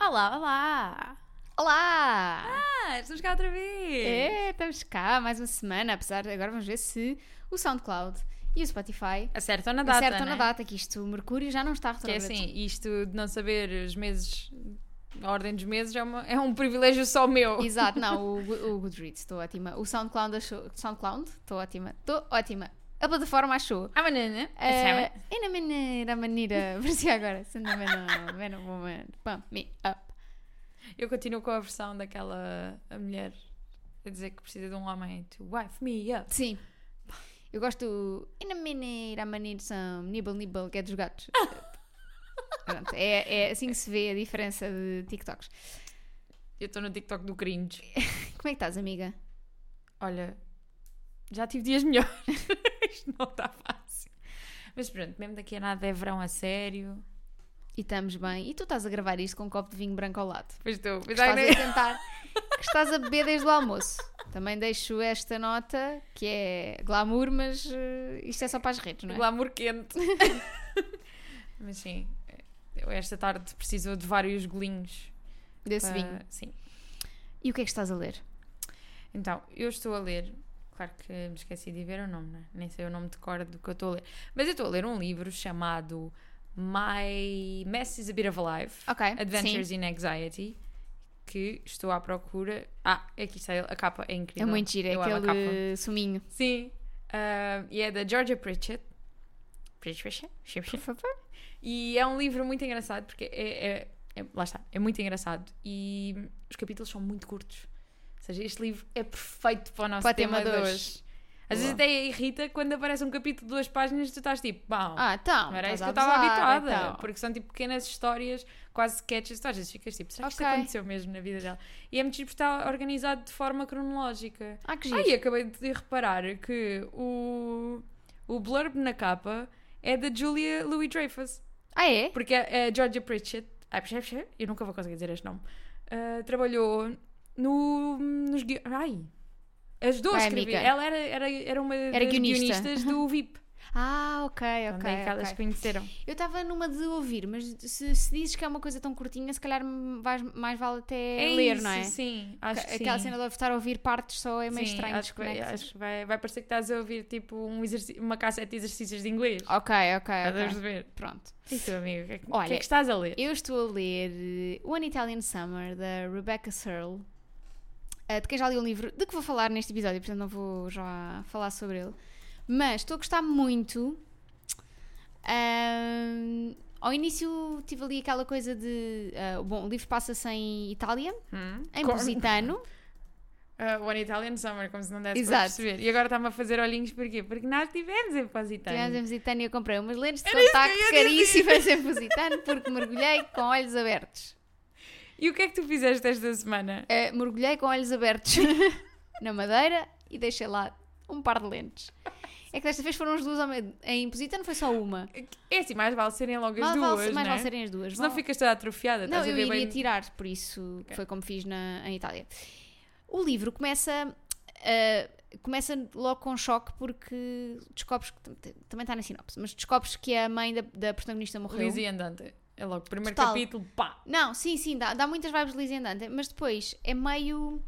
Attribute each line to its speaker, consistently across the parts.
Speaker 1: Olá, olá!
Speaker 2: Olá!
Speaker 1: Ah, estamos cá outra vez!
Speaker 2: É, estamos cá mais uma semana, apesar de agora vamos ver se o SoundCloud e o Spotify
Speaker 1: Acertam na data,
Speaker 2: acertam na
Speaker 1: né?
Speaker 2: data que isto, o Mercúrio já não está
Speaker 1: Que é
Speaker 2: retrógrado.
Speaker 1: assim, isto de não saber os meses, a ordem dos meses, é, uma- é um privilégio só meu.
Speaker 2: Exato, não, o, Gu- o Goodreads, estou ótima. O SoundCloud achou. SoundCloud, estou ótima. Estou ótima. A plataforma achou.
Speaker 1: Ah, banana.
Speaker 2: Eh, e na maneira, a maneira, parecia agora. Sendo a maneira, man, woman, pump me up.
Speaker 1: Eu continuo com a versão daquela a mulher a dizer que precisa de um homem to wife me up.
Speaker 2: Sim. Eu gosto do. E na maneira, a maneira são nibble nibble, que é dos gatos. Pronto, é, é assim que se vê a diferença de TikToks.
Speaker 1: Eu estou no TikTok do cringe.
Speaker 2: Como é que estás, amiga?
Speaker 1: Olha, já tive dias melhores. Isto não está fácil. Mas pronto, mesmo daqui a nada é verão a sério.
Speaker 2: E estamos bem. E tu estás a gravar isto com um copo de vinho branco ao lado.
Speaker 1: Pois estou.
Speaker 2: Que
Speaker 1: Mas ai, né?
Speaker 2: estás
Speaker 1: nem-
Speaker 2: a tentar. Que estás a beber desde o almoço. Também deixo esta nota que é glamour, mas eh, isto é só para as redes, não é?
Speaker 1: Glamour quente. Mas sim, eu esta tarde precisou de vários golinhos.
Speaker 2: Desse
Speaker 1: para-
Speaker 2: vinho.
Speaker 1: Sim.
Speaker 2: E o que é que estás a ler?
Speaker 1: Então, eu estou a ler. Claro que me esqueci de ver o nome, né? nem sei o nome de cor do que eu estou a ler. Mas eu estou a ler um livro chamado My Mess is a Bit of a Life
Speaker 2: Ok.
Speaker 1: Adventures in Anxiety. Que estou à procura. Ah, aqui está ele. A capa é
Speaker 2: Sim. É
Speaker 1: incrível.
Speaker 2: muito giro, é
Speaker 1: Eu amo a capa.
Speaker 2: aquele suminho.
Speaker 1: Sim. Ah, e é da Georgia Pritchett. Pritchett? Pritchett?
Speaker 2: Por favor.
Speaker 1: E é um livro muito engraçado porque é, é- é- lá está, é muito engraçado e os capítulos são muito curtos. Ou seja, este livro é perfeito para o nosso
Speaker 2: Para o
Speaker 1: tema,
Speaker 2: tema
Speaker 1: de
Speaker 2: de
Speaker 1: hoje.
Speaker 2: hoje.
Speaker 1: Às vezes
Speaker 2: Boa.
Speaker 1: até irrita quando aparece um capítulo de duas páginas e tu estás tipo, bom,
Speaker 2: Ah, então.
Speaker 1: não era isso que eu
Speaker 2: estás
Speaker 1: estava
Speaker 2: a abusar,
Speaker 1: habituada.
Speaker 2: então.
Speaker 1: Porque são tipo pequenas histórias, quase sketches. Tu às vezes ficas tipo, será que
Speaker 2: Ok.
Speaker 1: isto aconteceu mesmo na vida dela? E é muito tipo, está organizado de forma cronológica.
Speaker 2: Ah, que
Speaker 1: Ah,
Speaker 2: giro.
Speaker 1: e acabei de reparar que o, o blurb na capa é da Julia Louis-Dreyfus.
Speaker 2: Ah, é?
Speaker 1: Porque a, a Georgia Pritchett, ai, puxa, puxa, eu nunca vou conseguir dizer este nome, ah, trabalhou no, nos guio- Ai! As duas
Speaker 2: Vai,
Speaker 1: escreviam.
Speaker 2: amiga.
Speaker 1: Ela era, era, era uma das
Speaker 2: guionista.
Speaker 1: guionistas do VIP.
Speaker 2: Ah, ok,
Speaker 1: onde
Speaker 2: ok.
Speaker 1: é que elas
Speaker 2: ok.
Speaker 1: conheceram.
Speaker 2: Eu estava numa de ouvir, mas se, se dizes que é uma coisa tão curtinha, se calhar vais- mais vale até ler, não é?
Speaker 1: Sim, acho que
Speaker 2: Aquela
Speaker 1: sim.
Speaker 2: cena de estar a ouvir partes só é meio
Speaker 1: Sim,
Speaker 2: estranho.
Speaker 1: acho que, vai,
Speaker 2: desconexas.
Speaker 1: acho que vai, vai parecer que estás a ouvir tipo um exerci- uma cassete de exercícios de inglês.
Speaker 2: Ok, ok,
Speaker 1: Estás a
Speaker 2: ok.
Speaker 1: perceber?
Speaker 2: Pronto.
Speaker 1: E tu, amigo, o que, é que- o
Speaker 2: Olha,
Speaker 1: que é que estás a ler?
Speaker 2: Eu estou a ler eh, One Italian Summer, da Rebecca Searle, eh, de quem já li o livro, de que vou falar neste episódio, portanto não vou já falar sobre ele. Mas estou a gostar muito. Ahm, ao início tive ali aquela coisa de. ah, bom, o livro passa-se em Itália,
Speaker 1: Hum?
Speaker 2: em
Speaker 1: Como-
Speaker 2: Positano.
Speaker 1: Ah, One Italian Summer, como se não desse para
Speaker 2: Exato.
Speaker 1: perceber. E agora está-me a fazer olhinhos porquê? Porque nós estivemos em
Speaker 2: Tivemos
Speaker 1: Positano.
Speaker 2: em Positano e eu comprei umas lentes de
Speaker 1: Era isso que eu
Speaker 2: contacto
Speaker 1: ia dizer.
Speaker 2: caríssimas em Positano porque mergulhei com olhos abertos.
Speaker 1: E o que é que tu fizeste esta semana?
Speaker 2: Uh, mergulhei com olhos abertos na madeira e deixei lá um par de lentes. É que desta vez foram as duas ao meio- em imposita, não foi só uma.
Speaker 1: É assim, mais vale serem logo as
Speaker 2: Mal-
Speaker 1: duas,
Speaker 2: vale- mais
Speaker 1: né?
Speaker 2: vale serem as duas.
Speaker 1: Senão
Speaker 2: Mal-
Speaker 1: ficas toda atrofiada,
Speaker 2: Não,
Speaker 1: estás a
Speaker 2: eu
Speaker 1: ver
Speaker 2: iria
Speaker 1: bem...
Speaker 2: tirar, por isso
Speaker 1: Ok.
Speaker 2: foi como fiz na, em Itália. O livro começa, uh, começa logo com choque porque descobres que t- também está na sinopse, mas descobres que a mãe da, da protagonista morreu.
Speaker 1: Luís e Andante. É logo, primeiro
Speaker 2: Total.
Speaker 1: capítulo, pá!
Speaker 2: Não, sim, sim, dá, dá muitas vibes de Lizzie Andante, mas depois é meio.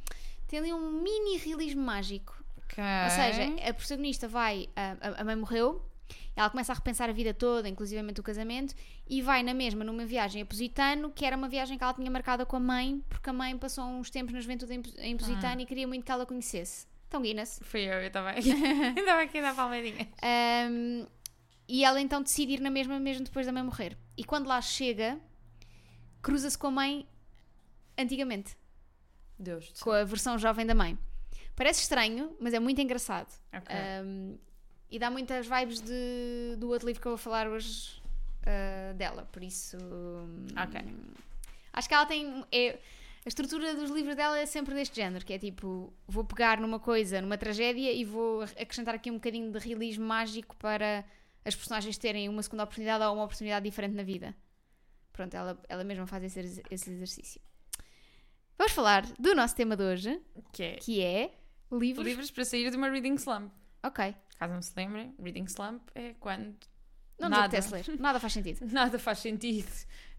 Speaker 2: tem ali um mini realismo mágico. Ou seja, a protagonista vai, a, a- a mãe morreu, ela começa a repensar a vida toda, inclusivamente o casamento, e vai na mesma numa viagem a Positano, que era uma viagem que ela tinha marcada com a mãe, porque a mãe passou uns tempos na juventude em Pos- em Positano e queria muito que ela conhecesse. Então, Guinness.
Speaker 1: Fui eu, eu estava aqui. Estava aqui na palmadinha.
Speaker 2: Ahm, hum, e ela então decide ir na mesma, mesmo depois da mãe morrer. E quando lá chega, cruza-se com a mãe antigamente,
Speaker 1: Deus do céu.
Speaker 2: com a versão jovem da mãe. Parece estranho, mas é muito engraçado.
Speaker 1: Ok.
Speaker 2: Um, e dá muitas vibes de- do outro livro que eu vou falar hoje uh, dela, por isso. um,
Speaker 1: Ok.
Speaker 2: Acho que ela tem. é- a estrutura dos livros dela é sempre deste género, que é tipo, vou pegar numa coisa, numa tragédia, e vou ac- acrescentar aqui um bocadinho de realismo mágico para as personagens terem uma segunda oportunidade ou uma oportunidade diferente na vida. Pronto, ela, ela mesma faz esse, ex- esse exercício. Vamos falar do nosso tema de hoje,
Speaker 1: Que é
Speaker 2: que é livros.
Speaker 1: livros para sair de uma reading slump.
Speaker 2: Ok.
Speaker 1: Caso não se lembrem, reading slump é quando
Speaker 2: Não nos
Speaker 1: Nada.
Speaker 2: apetece ler. Nada faz sentido.
Speaker 1: Nada faz sentido.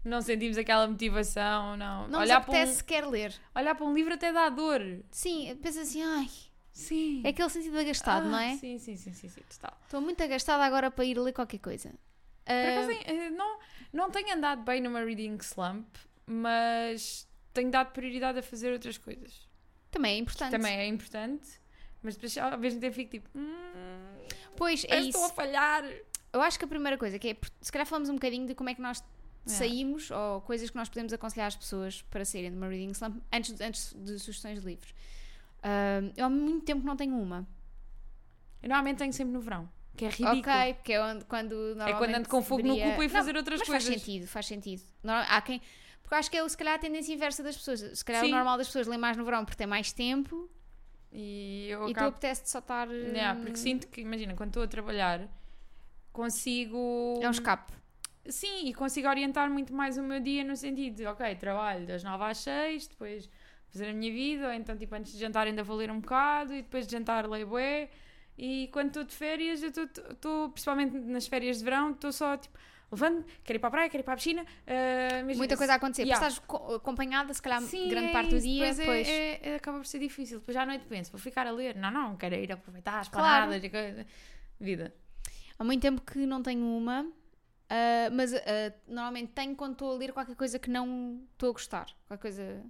Speaker 1: Não sentimos aquela motivação, não.
Speaker 2: Não
Speaker 1: olhar,
Speaker 2: nos apetece
Speaker 1: para
Speaker 2: sequer ler.
Speaker 1: um, olhar para um livro até dá dor.
Speaker 2: Sim, pensa assim, ai.
Speaker 1: Sim.
Speaker 2: É aquele sentido agastado,
Speaker 1: Ah,
Speaker 2: não é?
Speaker 1: Sim, sim, sim, sim, sim, total.
Speaker 2: Estou muito agastada agora para ir ler qualquer coisa.
Speaker 1: Por
Speaker 2: Ah,
Speaker 1: acaso, eh, não, não tenho andado bem numa reading slump, mas tenho dado prioridade a fazer outras coisas.
Speaker 2: também é importante.
Speaker 1: Também é importante, mas depois ao mesmo tempo fico tipo, hum,
Speaker 2: Pois é
Speaker 1: parece que estou a
Speaker 2: isso.
Speaker 1: falhar.
Speaker 2: Eu acho que a primeira coisa que é, se calhar falamos um bocadinho de como é que nós
Speaker 1: É.
Speaker 2: saímos ou coisas que nós podemos aconselhar as pessoas para saírem de uma reading slump antes, antes de sugestões de livros. Ah, eu há muito tempo que não tenho uma.
Speaker 1: Eu normalmente tenho sempre no verão, que é ridículo.
Speaker 2: Ok, porque é onde, quando normalmente
Speaker 1: É quando ando com fogo
Speaker 2: deveria-
Speaker 1: no cu para ir
Speaker 2: Não,
Speaker 1: fazer outras
Speaker 2: mas
Speaker 1: coisas.
Speaker 2: faz sentido, faz sentido. Normal- há quem... Porque eu acho que é, se calhar, a tendência inversa das pessoas. Se calhar
Speaker 1: Sim.
Speaker 2: o normal das pessoas ler mais no verão porque tem mais tempo
Speaker 1: E eu
Speaker 2: e tu
Speaker 1: acabo.
Speaker 2: apetece-te só estar...
Speaker 1: Yeah, porque
Speaker 2: hum,
Speaker 1: sinto que, imagina, quando estou a trabalhar, consigo.
Speaker 2: É um escape.
Speaker 1: Sim, e consigo orientar muito mais o meu dia no sentido de, ok, trabalho das 9 às 6, depois fazer a minha vida, ou então, tipo, antes de jantar ainda vou ler um bocado, e depois de jantar leio bué. E quando estou de férias, eu estou, principalmente nas férias de verão, estou só, tipo, levando, quero ir para a praia, quero ir para a piscina. ah, imagina-
Speaker 2: Muita coisa a acontecer.
Speaker 1: Yeah.
Speaker 2: Porque estás co- acompanhada, se calhar,
Speaker 1: Sim,
Speaker 2: grande
Speaker 1: é
Speaker 2: parte do
Speaker 1: isso.
Speaker 2: dia.
Speaker 1: Depois é-
Speaker 2: pois.
Speaker 1: é- é- acaba por ser difícil. Depois à noite penso, vou ficar a ler. Não, não, quero ir aproveitar as
Speaker 2: Claro.
Speaker 1: paradas e coisa. Vida.
Speaker 2: Há muito tempo que não tenho uma, ah, mas ah, normalmente tenho quando estou a ler qualquer coisa que não estou a gostar. Qualquer coisa...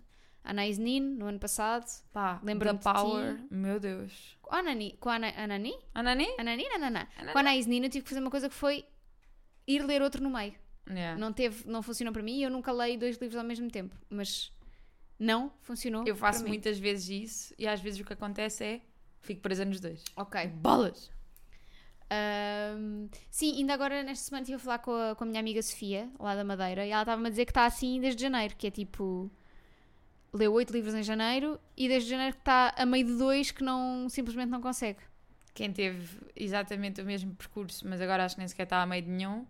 Speaker 2: Anais Nin, no ano passado.
Speaker 1: Pá,
Speaker 2: Lembra-me
Speaker 1: lembra
Speaker 2: de
Speaker 1: Power. Meu Deus.
Speaker 2: Com a Anani, com a Ana- Anani?
Speaker 1: Anani?
Speaker 2: Anani, nanana.
Speaker 1: Anani.
Speaker 2: Com a Anaís Nina eu tive que fazer uma coisa que foi ir ler outro no meio.
Speaker 1: Yeah.
Speaker 2: Não teve, não funcionou para mim e eu nunca leio dois livros ao mesmo tempo, mas não funcionou.
Speaker 1: Eu faço
Speaker 2: para mim.
Speaker 1: muitas vezes isso e às vezes o que acontece é fico presa nos dois.
Speaker 2: Ok.
Speaker 1: Bolas!
Speaker 2: Ahm, sim, ainda agora nesta semana estive a falar com a, com a minha amiga Sofia, lá da Madeira, e ela estava-me a dizer que está assim desde janeiro, que é tipo. Leu oito livros em janeiro e desde janeiro que está a meio de dois que não, simplesmente não consegue.
Speaker 1: Quem teve exatamente o mesmo percurso, mas agora acho que nem sequer está a meio de nenhum.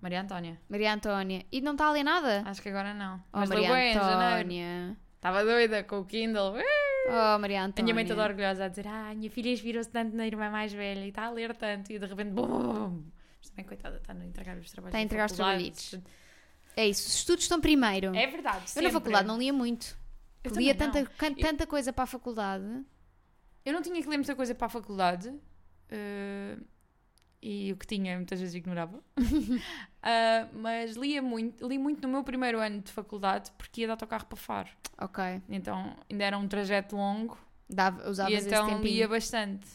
Speaker 1: Maria Antónia.
Speaker 2: Maria Antónia. E não está a ler nada?
Speaker 1: Acho que agora não.
Speaker 2: Oh,
Speaker 1: mas
Speaker 2: Maria
Speaker 1: logo é em janeiro.
Speaker 2: Antónia.
Speaker 1: Estava doida com o Kindle.
Speaker 2: Oh, Maria
Speaker 1: A
Speaker 2: Antónia.
Speaker 1: minha mãe toda orgulhosa a dizer: Ah, a minha filha inspirou-se tanto na irmã mais velha e está a ler tanto, e de repente, bum, bum, bum. Mas também, coitada, está a entregar os trabalhos.
Speaker 2: Está a
Speaker 1: da
Speaker 2: entregar os
Speaker 1: faculdade.
Speaker 2: trabalhitos. É isso, os estudos estão primeiro.
Speaker 1: É verdade.
Speaker 2: eu na faculdade não lia muito.
Speaker 1: Eu
Speaker 2: lia
Speaker 1: também
Speaker 2: tanta,
Speaker 1: não.
Speaker 2: can- tanta coisa para a faculdade.
Speaker 1: Eu não tinha que ler muita coisa para a faculdade eh, e o que tinha muitas vezes ignorava. Ah, mas lia muito, li muito no meu primeiro ano de faculdade porque ia de autocarro para Faro.
Speaker 2: Ok.
Speaker 1: Então ainda era um trajeto longo
Speaker 2: Dava, usavas
Speaker 1: e
Speaker 2: esse
Speaker 1: então
Speaker 2: tempinho.
Speaker 1: lia bastante.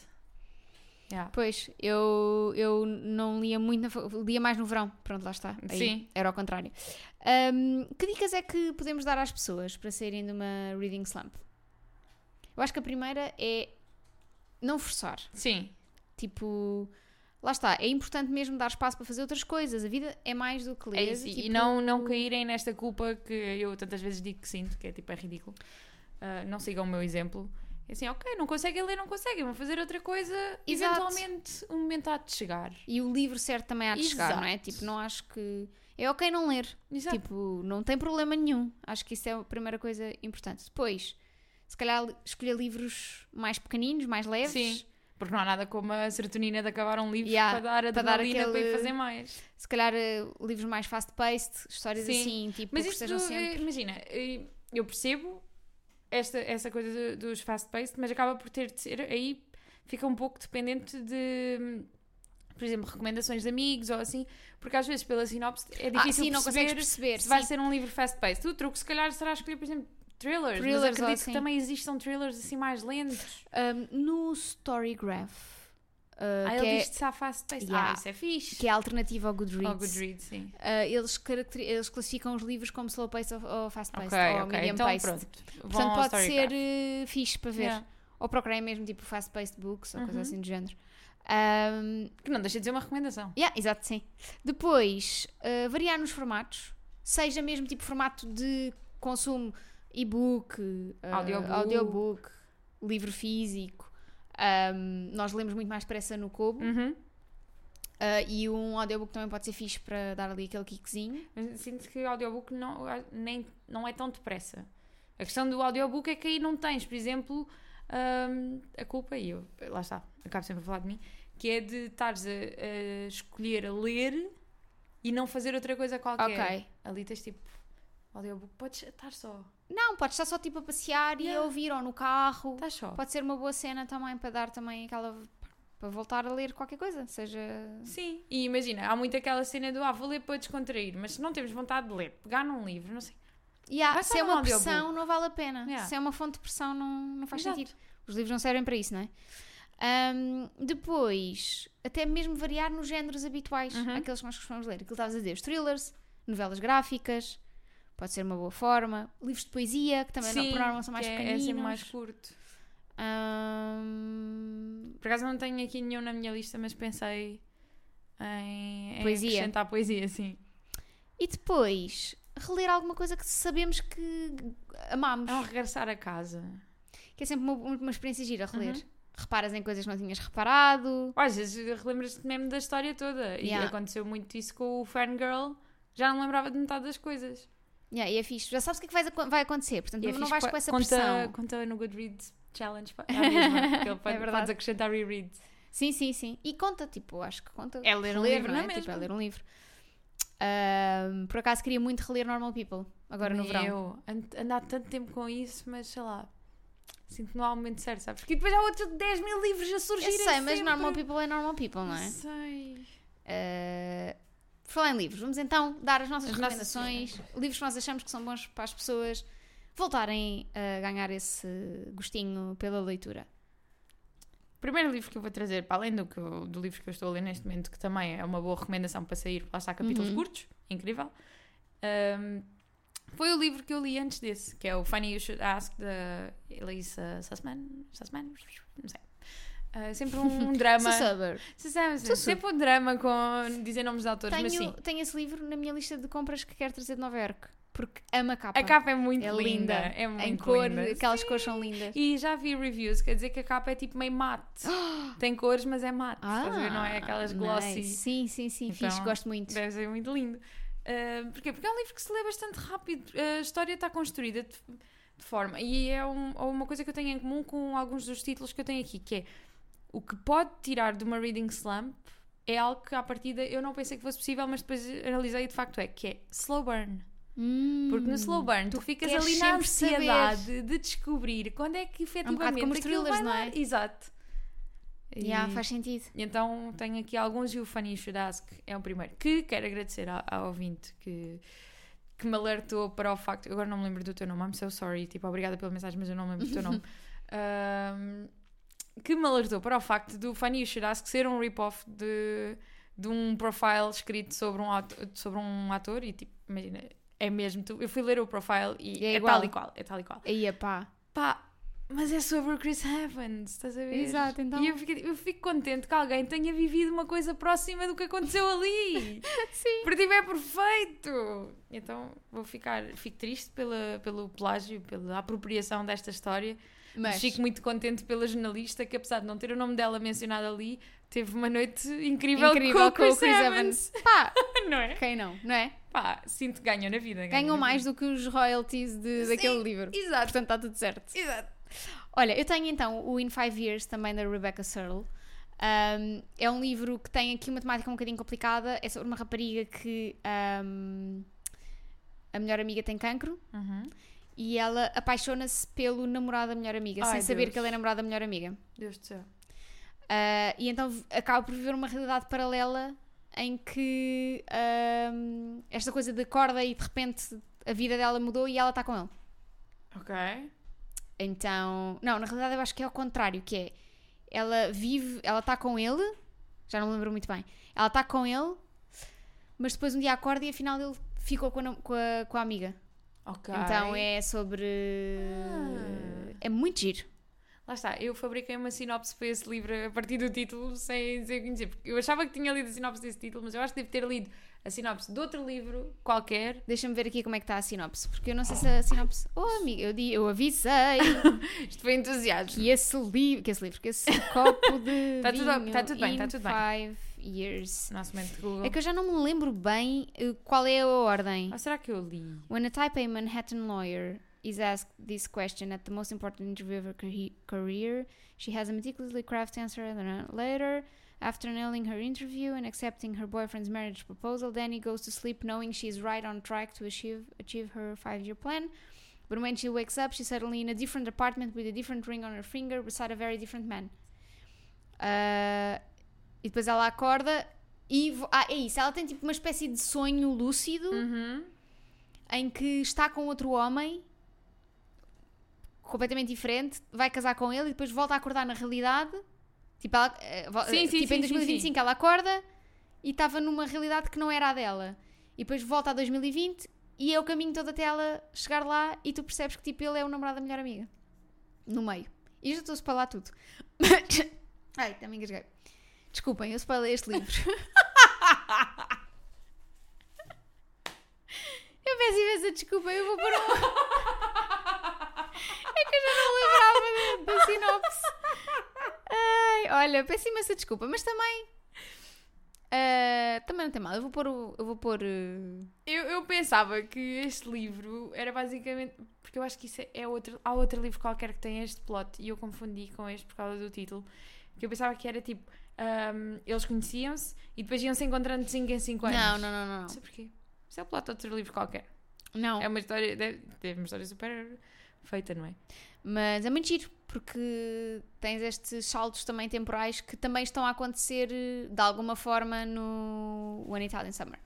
Speaker 1: Yeah.
Speaker 2: Pois, eu, eu não lia muito, na, fa- lia mais no verão. Pronto, lá está. Aí,
Speaker 1: Sim.
Speaker 2: Era ao contrário. Ahm, que dicas é que podemos dar às pessoas para saírem de uma reading slump? Eu acho que a primeira é não forçar.
Speaker 1: Sim,
Speaker 2: Tipo, lá está. É importante mesmo dar espaço para fazer outras coisas. A vida é mais do que ler.
Speaker 1: É isso, e-
Speaker 2: tipo,
Speaker 1: e não, não caírem nesta culpa que eu tantas vezes digo que sinto, que é tipo, é ridículo. Ah, não sigam o meu exemplo. É assim, ok, não conseguem ler, não conseguem, vão fazer outra coisa.
Speaker 2: Exato.
Speaker 1: Eventualmente, o momento há de chegar.
Speaker 2: E o livro certo também há de chegar, não é?
Speaker 1: Exato.
Speaker 2: Tipo, não acho que. É ok não ler.
Speaker 1: Exato.
Speaker 2: Tipo, não tem problema nenhum. Acho que isso é a primeira coisa importante. Depois, se calhar li- escolher livros mais pequeninos, mais leves.
Speaker 1: Sim. Porque não há nada como a serotonina de acabar um livro
Speaker 2: Yeah,
Speaker 1: para dar
Speaker 2: para dar
Speaker 1: adrenalina para,
Speaker 2: aquele-
Speaker 1: ir fazer mais.
Speaker 2: Se calhar eh, livros mais fast-paced, histórias
Speaker 1: Sim.
Speaker 2: assim, tipo,
Speaker 1: Mas
Speaker 2: que
Speaker 1: isso,
Speaker 2: estejam sempre.
Speaker 1: eh, imagina, eh, eu percebo esta, essa coisa do- dos fast-paced, mas acaba por ter de ser, aí fica um pouco dependente de, por exemplo, recomendações de amigos ou assim, porque às vezes pela sinopse é
Speaker 2: Ah,
Speaker 1: difícil
Speaker 2: sim, não consegues
Speaker 1: perceber
Speaker 2: perceber.
Speaker 1: se vai
Speaker 2: sim.
Speaker 1: ser um livro fast-paced. O truque, se calhar, será escolher, por exemplo, thrillers,
Speaker 2: Thrillers ou
Speaker 1: mas acredito
Speaker 2: assim.
Speaker 1: que também existam thrillers assim mais lentos.
Speaker 2: Ahm, um, no Storygraph, eh,
Speaker 1: ah,
Speaker 2: que,
Speaker 1: ele
Speaker 2: é,
Speaker 1: diz-se há fast-paced.
Speaker 2: Yeah.
Speaker 1: Ah, isso é fixe.
Speaker 2: que é a alternativa ao Goodreads.
Speaker 1: Ou Goodreads, sim.
Speaker 2: eh, eles, caracteri- eles classificam os livros como slow-paced ou, ou fast-paced,
Speaker 1: Ok,
Speaker 2: ou
Speaker 1: ok.
Speaker 2: medium
Speaker 1: Então
Speaker 2: paced.
Speaker 1: pronto. Vão
Speaker 2: Portanto,
Speaker 1: ao
Speaker 2: pode ser
Speaker 1: Storygraph.
Speaker 2: eh, fixe para ver.
Speaker 1: Yeah.
Speaker 2: Ou procurem mesmo tipo fast-paced books ou coisa
Speaker 1: Uhum.
Speaker 2: assim do género. Ahm,
Speaker 1: Que não deixa de ser uma recomendação.
Speaker 2: yeah, exato, sim. Depois, eh, variar nos formatos. Seja mesmo tipo formato de consumo e-book, eh,
Speaker 1: Audiobook.
Speaker 2: audiobook, livro físico. Ahm, nós lemos muito mais depressa no Kobo.
Speaker 1: Uhum.
Speaker 2: Eh, e um audiobook também pode ser fixe para dar ali aquele kickzinho.
Speaker 1: Mas sinto que o audiobook não, nem, não é tão depressa. A questão do audiobook é que aí não tens, por exemplo, hum, a culpa, e eu, lá está, acabo sempre a falar de mim, que é de estares a, a escolher a ler e não fazer outra coisa qualquer.
Speaker 2: Ok.
Speaker 1: Ali tens tipo audiobook, podes estar só.
Speaker 2: Não, podes estar só tipo a passear e a
Speaker 1: Yeah. Tá.
Speaker 2: ouvir ou no carro.
Speaker 1: Estás só.
Speaker 2: Pode ser uma boa cena também para dar também aquela. para voltar a ler qualquer coisa, seja.
Speaker 1: Sim, e imagina, há muito aquela cena do ah, vou ler para descontrair, mas se não temos vontade de ler, pegar num livro, não sei.
Speaker 2: Yeah,
Speaker 1: Vai
Speaker 2: se
Speaker 1: só
Speaker 2: é
Speaker 1: num
Speaker 2: uma
Speaker 1: audiobook.
Speaker 2: pressão, não vale a pena.
Speaker 1: Yeah.
Speaker 2: Se é uma fonte de pressão, não, não faz
Speaker 1: Exato.
Speaker 2: sentido. Os livros não servem para isso, não é? Ahm, depois, até mesmo variar nos géneros habituais,
Speaker 1: Uhum.
Speaker 2: aqueles que nós costumamos ler. Aquilo que estavas a dizer, os thrillers, novelas gráficas, pode ser uma boa forma. Livros de poesia, que também não, por norma são mais
Speaker 1: que é, é
Speaker 2: pequeninos.
Speaker 1: sempre mais curto.
Speaker 2: Ahm,
Speaker 1: Por acaso não tenho aqui nenhum na minha lista, mas pensei em, em
Speaker 2: Poesia.
Speaker 1: acrescentar poesia, sim.
Speaker 2: E depois, reler alguma coisa que sabemos que amámos.
Speaker 1: É um regressar a casa.
Speaker 2: Que é sempre uma, uma experiência gira reler.
Speaker 1: Uhum.
Speaker 2: Reparas em coisas que não tinhas reparado.
Speaker 1: Às vezes relembras-te mesmo da história toda. E
Speaker 2: Yeah.
Speaker 1: aconteceu muito isso com o Fangirl. Já não lembrava de metade das coisas.
Speaker 2: Yeah, e é fixe. Já sabes o que é que vais acon- vai acontecer. Portanto,
Speaker 1: E é
Speaker 2: não, não
Speaker 1: fixe,
Speaker 2: vais
Speaker 1: pa-
Speaker 2: com essa
Speaker 1: conta,
Speaker 2: pressão. É
Speaker 1: Conta no Goodreads Challenge. pa- à mesma, porque ele pode,
Speaker 2: verdade.
Speaker 1: podes acrescentar reread.
Speaker 2: Sim, sim, sim. E conta, tipo, acho que conta.
Speaker 1: É ler um
Speaker 2: Reler,
Speaker 1: livro,
Speaker 2: não
Speaker 1: não é
Speaker 2: Tipo, é
Speaker 1: mesmo?
Speaker 2: ler um livro. Ahm, por acaso queria muito reler Normal People, agora no
Speaker 1: Também
Speaker 2: verão.
Speaker 1: Eu and- andar tanto tempo com isso, mas sei lá. Sinto que não há um momento certo, sabes? Porque depois há outros 10 mil livros a
Speaker 2: Eu
Speaker 1: surgir.
Speaker 2: sei, mas Normal People é Normal People, não
Speaker 1: Não
Speaker 2: é?
Speaker 1: sei.
Speaker 2: Uh, por falar em livros, vamos então dar as nossas
Speaker 1: As nossas
Speaker 2: recomendações, livros que nós achamos que são bons para as pessoas voltarem a ganhar esse gostinho pela leitura.
Speaker 1: O primeiro livro que eu vou trazer, para além do, que eu- do livro que eu estou a ler neste momento, que também é uma boa recomendação para sair, lá está capítulos
Speaker 2: Uhum.
Speaker 1: curtos, incrível, ahm, foi o livro que eu li antes desse, que é o Funny You Should Ask, da Elisa Sussman, Sussman? não sei. Ah, sempre um drama.
Speaker 2: Sussuber.
Speaker 1: Sussman,
Speaker 2: Sussu.
Speaker 1: sempre um drama com dizer nomes de autores, mas
Speaker 2: Tenho,
Speaker 1: sim.
Speaker 2: tenho esse livro na minha lista de compras que quero trazer de Nova Iorque, porque amo a capa.
Speaker 1: A capa é muito
Speaker 2: é
Speaker 1: linda.
Speaker 2: linda.
Speaker 1: É muito
Speaker 2: em cor,
Speaker 1: linda.
Speaker 2: aquelas cores são lindas.
Speaker 1: E já vi reviews, quer dizer que a capa é tipo meio mate. Tem cores, mas é mate. estás a ver? Não é aquelas glossy.
Speaker 2: Ah, nice. Sim, sim, sim,
Speaker 1: Então,
Speaker 2: fixe, gosto muito.
Speaker 1: Deve ser muito lindo. Ah, porquê? Porque é um livro que se lê bastante rápido. A história está construída de, de forma. E é um- uma coisa que eu tenho em comum com alguns dos títulos que eu tenho aqui, que é o que pode tirar de uma reading slump é algo que à partida eu não pensei que fosse possível, mas depois analisei e de facto é, que é slow burn.
Speaker 2: Hum,
Speaker 1: Porque no slow burn tu ficas
Speaker 2: queres
Speaker 1: ali na
Speaker 2: sempre saber.
Speaker 1: ansiedade de descobrir quando é que
Speaker 2: É um bocado
Speaker 1: efetivamente
Speaker 2: como os
Speaker 1: aquilo
Speaker 2: thrillers,
Speaker 1: vai
Speaker 2: não
Speaker 1: dar.
Speaker 2: é?
Speaker 1: Exato.
Speaker 2: Yeah,
Speaker 1: E-
Speaker 2: faz sentido.
Speaker 1: e Então tenho aqui alguns e o Funny Should Ask é o primeiro que quero agradecer ao, ao ouvinte que, que me alertou para o facto. eu Agora não me lembro do teu nome, I'm so sorry. Tipo, obrigada pela mensagem, mas eu não me lembro do teu nome. Ahm, que me alertou para o facto do Funny You Should Ask ser um rip-off de, de um profile escrito sobre um, ato- sobre um ator e tipo, imagina, é mesmo. tu- eu fui ler o profile e
Speaker 2: E é
Speaker 1: é,
Speaker 2: igual.
Speaker 1: tal e qual. É tal e qual.
Speaker 2: Aí, pá.
Speaker 1: Pá, mas é sobre o Chris Evans, estás a ver?
Speaker 2: Exato, então.
Speaker 1: E eu fico, eu fico contente que alguém tenha vivido uma coisa próxima do que aconteceu ali.
Speaker 2: Sim.
Speaker 1: Para ti é perfeito! Então vou ficar, fico triste pela, pelo plágio, pela apropriação desta história. Mas
Speaker 2: Mas,
Speaker 1: fico muito contente pela jornalista que, apesar de não ter o nome dela mencionado ali, teve uma noite incrível,
Speaker 2: incrível
Speaker 1: com, o Chris Evans.
Speaker 2: Pá,
Speaker 1: Não é?
Speaker 2: quem não, não é?
Speaker 1: Pá, sinto que ganham na vida.
Speaker 2: Ganham
Speaker 1: na
Speaker 2: mais do que os royalties de, daquele livro.
Speaker 1: vida. Exato,
Speaker 2: Portanto, está tudo certo.
Speaker 1: exato.
Speaker 2: Olha, eu tenho então o In Five Years, também da Rebecca Searle. Um, é um livro que tem aqui uma temática um bocadinho complicada. É sobre uma rapariga que um, a melhor amiga tem cancro
Speaker 1: Uhum.
Speaker 2: e ela apaixona-se pelo namorado da melhor amiga,
Speaker 1: Ai,
Speaker 2: sem saber
Speaker 1: Deus.
Speaker 2: que ele é namorado da melhor amiga.
Speaker 1: Deus do céu.
Speaker 2: Ah, e então v- acaba por viver uma realidade paralela em que um, esta coisa de acorda e de repente a vida dela mudou e ela está com ele.
Speaker 1: Ok.
Speaker 2: Então, não, na realidade eu acho que é ao contrário, que é ela vive, ela está com ele, já não me lembro muito bem, ela está com ele, mas depois um dia acorda e afinal ele ficou com a, nam- com a- com a amiga.
Speaker 1: Ok.
Speaker 2: Então é sobre.
Speaker 1: Ah.
Speaker 2: É muito giro.
Speaker 1: Lá está, eu fabriquei uma sinopse para esse livro a partir do título, sem dizer conhecer. Porque eu achava que tinha lido a sinopse desse título, mas eu acho que devo ter lido a sinopse de outro livro qualquer.
Speaker 2: Deixa-me ver aqui como é que está a sinopse, porque eu não sei se a sinopse. Oh, amiga, eu, di- eu avisei
Speaker 1: Isto foi entusiasmo.
Speaker 2: que esse livro, que esse livro, que esse copo de.
Speaker 1: Tá tudo-
Speaker 2: vinho
Speaker 1: tá tudo bem,
Speaker 2: in
Speaker 1: tá tudo bem.
Speaker 2: Five years.
Speaker 1: Nosso momento de Google.
Speaker 2: É que eu já não me lembro bem eh, qual é a ordem.
Speaker 1: Ou será que eu li?
Speaker 2: When a Taipei Manhattan lawyer is asked this question at the most important interview of her carre- career, she has a meticulously crafted answer. and then Later, After nailing her interview and accepting her boyfriend's marriage proposal, Danny goes to sleep knowing she's right on track to achieve, achieve her five year plan. But when she wakes up, she's suddenly in a different apartment with a different ring on her finger beside a very different man. Ah, e depois ela acorda e. vo- Ah, é isso. Ela tem tipo uma espécie de sonho lúcido
Speaker 1: Uhum.
Speaker 2: em que está com outro homem completamente diferente, vai casar com ele e depois volta a acordar na realidade. Tipo, ela, eh, vo-
Speaker 1: Sim,
Speaker 2: eh,
Speaker 1: sim,
Speaker 2: tipo
Speaker 1: sim,
Speaker 2: em
Speaker 1: sim,
Speaker 2: 2025 ela acorda e estava numa realidade que não era a dela. E depois volta a 2020 e é o caminho todo até ela chegar lá e tu percebes que tipo ele é o namorado da melhor amiga. No meio. E já estou a spoiler tudo. Ai, também engasguei. Desculpem, eu spoilei este livro. Eu peço imensa desculpa, eu vou pôr um... É que eu já não lembrava da, da sinopse. Ai, olha, peço imensa desculpa, mas também. ah, também não tem mal, eu vou pôr. o- Eu vou pôr. eh,
Speaker 1: Eu, eu pensava que este livro era basicamente. Porque eu acho que isso é outro. Há outro livro qualquer que tem este plot e eu confundi com este por causa do título. Que eu pensava que era tipo. ahm, eles conheciam-se e depois iam-se encontrando de 5 em 5 anos.
Speaker 2: Não, não, não, não.
Speaker 1: Não sei porquê. Isso é o plot de outro livro qualquer.
Speaker 2: Não,
Speaker 1: É uma história. Deve, deve uma história super feita, não é?
Speaker 2: mas é muito giro, porque tens estes saltos também temporais que também estão a acontecer eh, de alguma forma no One Italian Summer.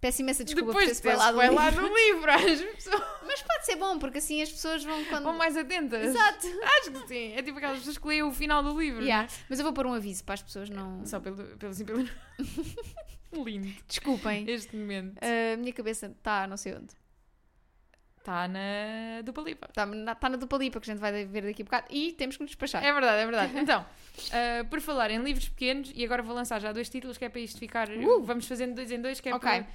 Speaker 2: Peço imensa desculpa
Speaker 1: depois
Speaker 2: por ter
Speaker 1: de ter
Speaker 2: spoilado o livro.
Speaker 1: spoilado o livro, as pessoas
Speaker 2: Mas pode ser bom, porque assim as pessoas vão quando.
Speaker 1: vão mais atentas.
Speaker 2: Exato.
Speaker 1: Acho que sim. É tipo aquelas pessoas que leem o final do livro.
Speaker 2: Yeah, Mas eu vou pôr um aviso para as pessoas não.
Speaker 1: Só pelo, pelo, assim, pelo... Lindo.
Speaker 2: Desculpem.
Speaker 1: Este momento.
Speaker 2: A minha cabeça está não sei onde.
Speaker 1: Está na dupla lipa.
Speaker 2: Está na, tá na dupla lipa que a gente vai ver daqui a bocado e temos que nos despachar.
Speaker 1: É verdade, é verdade. Então, ah, por falar em livros pequenos, e agora vou lançar já dois títulos que é para isto ficar.
Speaker 2: Uh!
Speaker 1: Vamos fazendo dois em dois, que é
Speaker 2: Ok.
Speaker 1: para.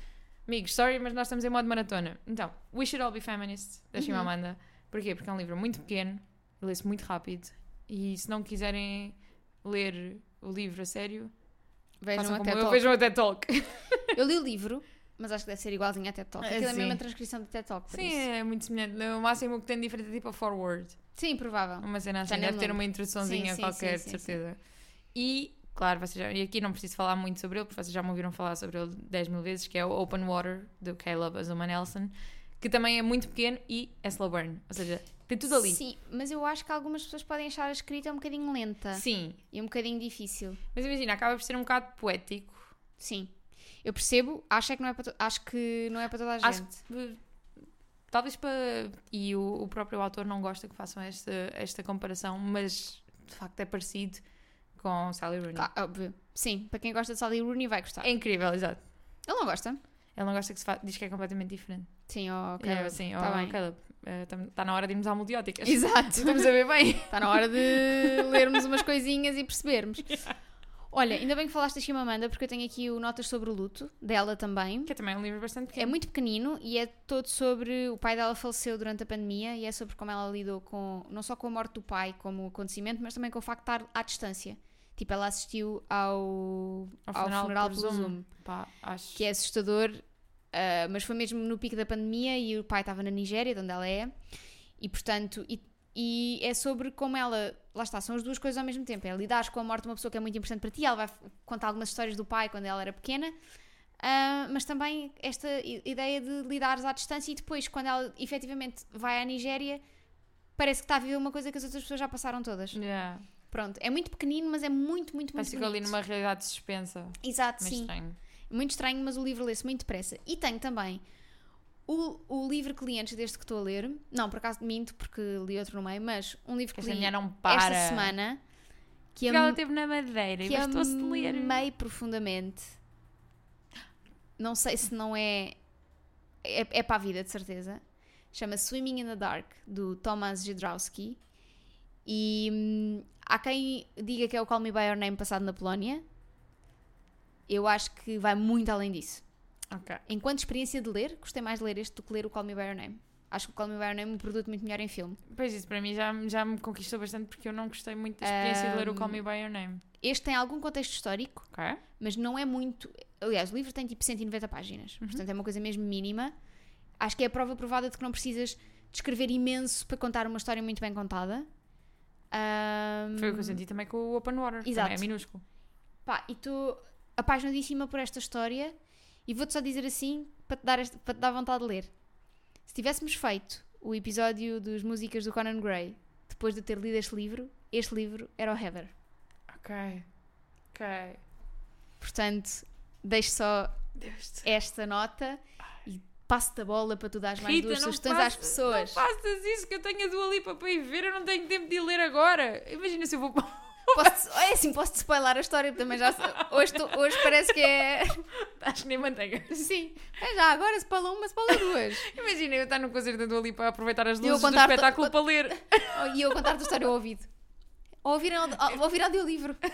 Speaker 1: Amigos, sorry, mas nós estamos em modo maratona. Então, We Should All Be Feminists,
Speaker 2: Uhum.
Speaker 1: da Chimamanda. Porquê? Porque é um livro muito pequeno, lê-se muito rápido, e se não quiserem ler o livro a sério,
Speaker 2: Vejam
Speaker 1: façam
Speaker 2: até
Speaker 1: como eu,
Speaker 2: Talk. É
Speaker 1: vejam até Talk.
Speaker 2: Eu li o livro, mas acho que deve ser igualzinho a TED Talk.
Speaker 1: Ah,
Speaker 2: Aquilo é
Speaker 1: sim.
Speaker 2: mesmo a transcrição de TED Talk. por
Speaker 1: Sim,
Speaker 2: isso.
Speaker 1: é muito semelhante. O máximo que tem de diferente é tipo a Forward.
Speaker 2: Sim, provável.
Speaker 1: Uma cena
Speaker 2: Já
Speaker 1: assim,
Speaker 2: nem
Speaker 1: deve ter
Speaker 2: lembro.
Speaker 1: uma introduçãozinha
Speaker 2: Tá Sim, sim,
Speaker 1: qualquer,
Speaker 2: sim,
Speaker 1: de
Speaker 2: sim,
Speaker 1: certeza. E, claro, vocês já, e aqui não preciso falar muito sobre ele, porque vocês já me ouviram falar sobre ele 10 mil vezes, que é o Open Water, do Caleb Azuma Nelson, que também é muito pequeno e é slow burn. Ou seja, tem tudo ali.
Speaker 2: Sim, mas eu acho que algumas pessoas podem achar a escrita um bocadinho lenta
Speaker 1: Sim.
Speaker 2: e um bocadinho difícil.
Speaker 1: Mas imagina, acaba por ser um bocado poético.
Speaker 2: Sim. Eu percebo, acho é que não é para, to- acho que não é para toda a gente.
Speaker 1: Acho que, eh, talvez para. E o, o próprio autor não gosta que façam esta, esta comparação, mas de facto é parecido com Sally Rooney.
Speaker 2: Claro, óbvio. Sim, para quem gosta de Sally Rooney vai gostar.
Speaker 1: É incrível, exato.
Speaker 2: Ele não gosta?
Speaker 1: Ele não gosta que se fa... diz que é completamente diferente.
Speaker 2: Sim, ok.
Speaker 1: É, sim,
Speaker 2: tá
Speaker 1: oh,
Speaker 2: bem.
Speaker 1: Caleb, está tá na hora de irmos à multióticas.
Speaker 2: Exato.
Speaker 1: Estamos a ver bem.
Speaker 2: Está Tá na hora de lermos umas coisinhas e percebermos. Olha, ainda bem que falaste da Chimamanda, porque eu tenho aqui o Notas sobre o Luto, dela também.
Speaker 1: Que é também um livro bastante
Speaker 2: É
Speaker 1: pequeno.
Speaker 2: muito pequenino e é todo sobre. O pai dela faleceu durante a pandemia e é sobre como ela lidou com. não só com a morte do pai como acontecimento, mas também com o facto de estar à distância. Tipo, ela assistiu ao, ao funeral,
Speaker 1: por
Speaker 2: pelo Zoom.
Speaker 1: Pá, acho
Speaker 2: que é assustador, ah, mas foi mesmo no pico da pandemia e o pai estava na Nigéria, de onde ela é, e portanto, e, e é sobre como ela, lá está, são as duas coisas ao mesmo tempo, é lidar com a morte de uma pessoa que é muito importante para ti, ela vai f- contar algumas histórias do pai quando ela era pequena, ah, mas também esta i- ideia de lidares à distância e depois, quando ela efetivamente vai à Nigéria, parece que está a viver uma coisa que as outras pessoas já passaram
Speaker 1: é
Speaker 2: todas.
Speaker 1: Yeah.
Speaker 2: Pronto, é muito pequenino, mas é muito, muito, muito
Speaker 1: Parece que ali
Speaker 2: bonito.
Speaker 1: numa realidade suspensa.
Speaker 2: Exato,
Speaker 1: Mas
Speaker 2: sim.
Speaker 1: estranho.
Speaker 2: Muito estranho, mas o livro lê-se muito depressa. E tenho também o, o livro que li antes deste que estou a ler. Não, por acaso minto, porque li outro no meio, mas um livro que
Speaker 1: Esta é
Speaker 2: li
Speaker 1: mulher não para.
Speaker 2: esta semana que, é
Speaker 1: Porque ela
Speaker 2: am,
Speaker 1: teve na Madeira e
Speaker 2: que
Speaker 1: bastou-se de ler.
Speaker 2: amei profundamente. Não sei se não é. É, é para a vida, de certeza. Chama Swimming in the Dark, do Thomas Jedrowski. E hum, há quem diga que é o Call Me By Your Name passado na Polónia. Eu acho que vai muito além disso.
Speaker 1: Ok.
Speaker 2: Enquanto experiência de ler, gostei mais de ler este do que ler o Call Me By Your Name. Acho que o Call Me By Your Name é um produto muito melhor em filme.
Speaker 1: Pois isso, para mim já, já me conquistou bastante porque eu não gostei muito da experiência de ler o Call Me By Your Name.
Speaker 2: Este tem algum contexto histórico,
Speaker 1: Ok?
Speaker 2: mas não é muito. Aliás, o livro tem tipo 190 páginas,
Speaker 1: Uhum.
Speaker 2: portanto é uma coisa mesmo mínima. Acho que é a prova provada de que não precisas descrever imenso para contar uma história muito bem contada. Ahm,
Speaker 1: Foi o que eu senti também com o Open Water.
Speaker 2: Exato.
Speaker 1: Também é minúsculo.
Speaker 2: Pá, e estou apaixonadíssima por esta história e vou-te só dizer assim para te, dar este- para te dar vontade de ler. Se tivéssemos feito o episódio dos músicas do Conan Gray depois de eu ter lido este livro, este livro era o Heather.
Speaker 1: Ok. Ok.
Speaker 2: Portanto, deixo só
Speaker 1: Deus
Speaker 2: esta nota e passo-te a bola para tu dares mais
Speaker 1: Rita,
Speaker 2: duas
Speaker 1: não
Speaker 2: sugestões às
Speaker 1: faças-
Speaker 2: pessoas.
Speaker 1: Faças isso que eu tenho a Dua Lipa para ir ver, eu não tenho tempo de ir ler agora. Imagina se eu vou.
Speaker 2: Posso, é assim, posso-te spoiler a história, também já hoje, tu- hoje parece que é.
Speaker 1: Acho que nem manteiga.
Speaker 2: Sim, é já agora, spoiler uma, spoiler duas.
Speaker 1: Imagina eu estar no concerto da Dua Lipa a aproveitar as
Speaker 2: E eu
Speaker 1: luzes do
Speaker 2: contar to-
Speaker 1: espetáculo para ler.
Speaker 2: Oh, E eu contar-te a história ao ouvido. Ou ouvir, ao, ouvir audiolivro.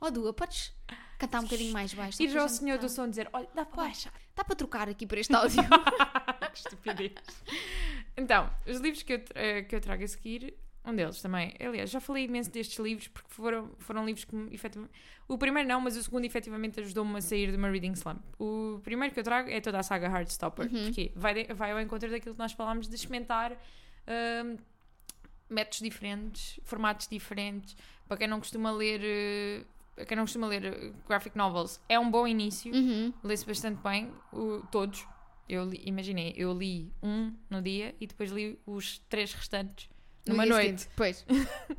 Speaker 2: Oh, Dua, podes cantar um bocadinho mais baixo?
Speaker 1: Ir ao
Speaker 2: Depois a gente
Speaker 1: senhor do
Speaker 2: tá-
Speaker 1: som dizer: Olha, dá para baixar.
Speaker 2: Dá Tá para trocar aqui por este áudio.
Speaker 1: Que estupidez. Então, os livros que eu, tra- eh, que eu trago a seguir, um deles também. Aliás, já falei imenso destes livros porque foram, foram livros que me efetivamente. O primeiro não, mas o segundo efetivamente ajudou-me a sair de uma reading slump. O primeiro que eu trago é toda a saga Heartstopper, porque vai, de- vai ao encontro daquilo que nós falámos de experimentar. hum, métodos diferentes, formatos diferentes. Para quem não costuma ler, eh, para quem não costuma ler eh, graphic novels, é um bom início
Speaker 2: Uhum.
Speaker 1: lê-se bastante bem, o- todos. Eu li, imaginei, eu li um no dia e depois li os três restantes
Speaker 2: No
Speaker 1: numa
Speaker 2: dia
Speaker 1: noite,
Speaker 2: seguinte, Pois.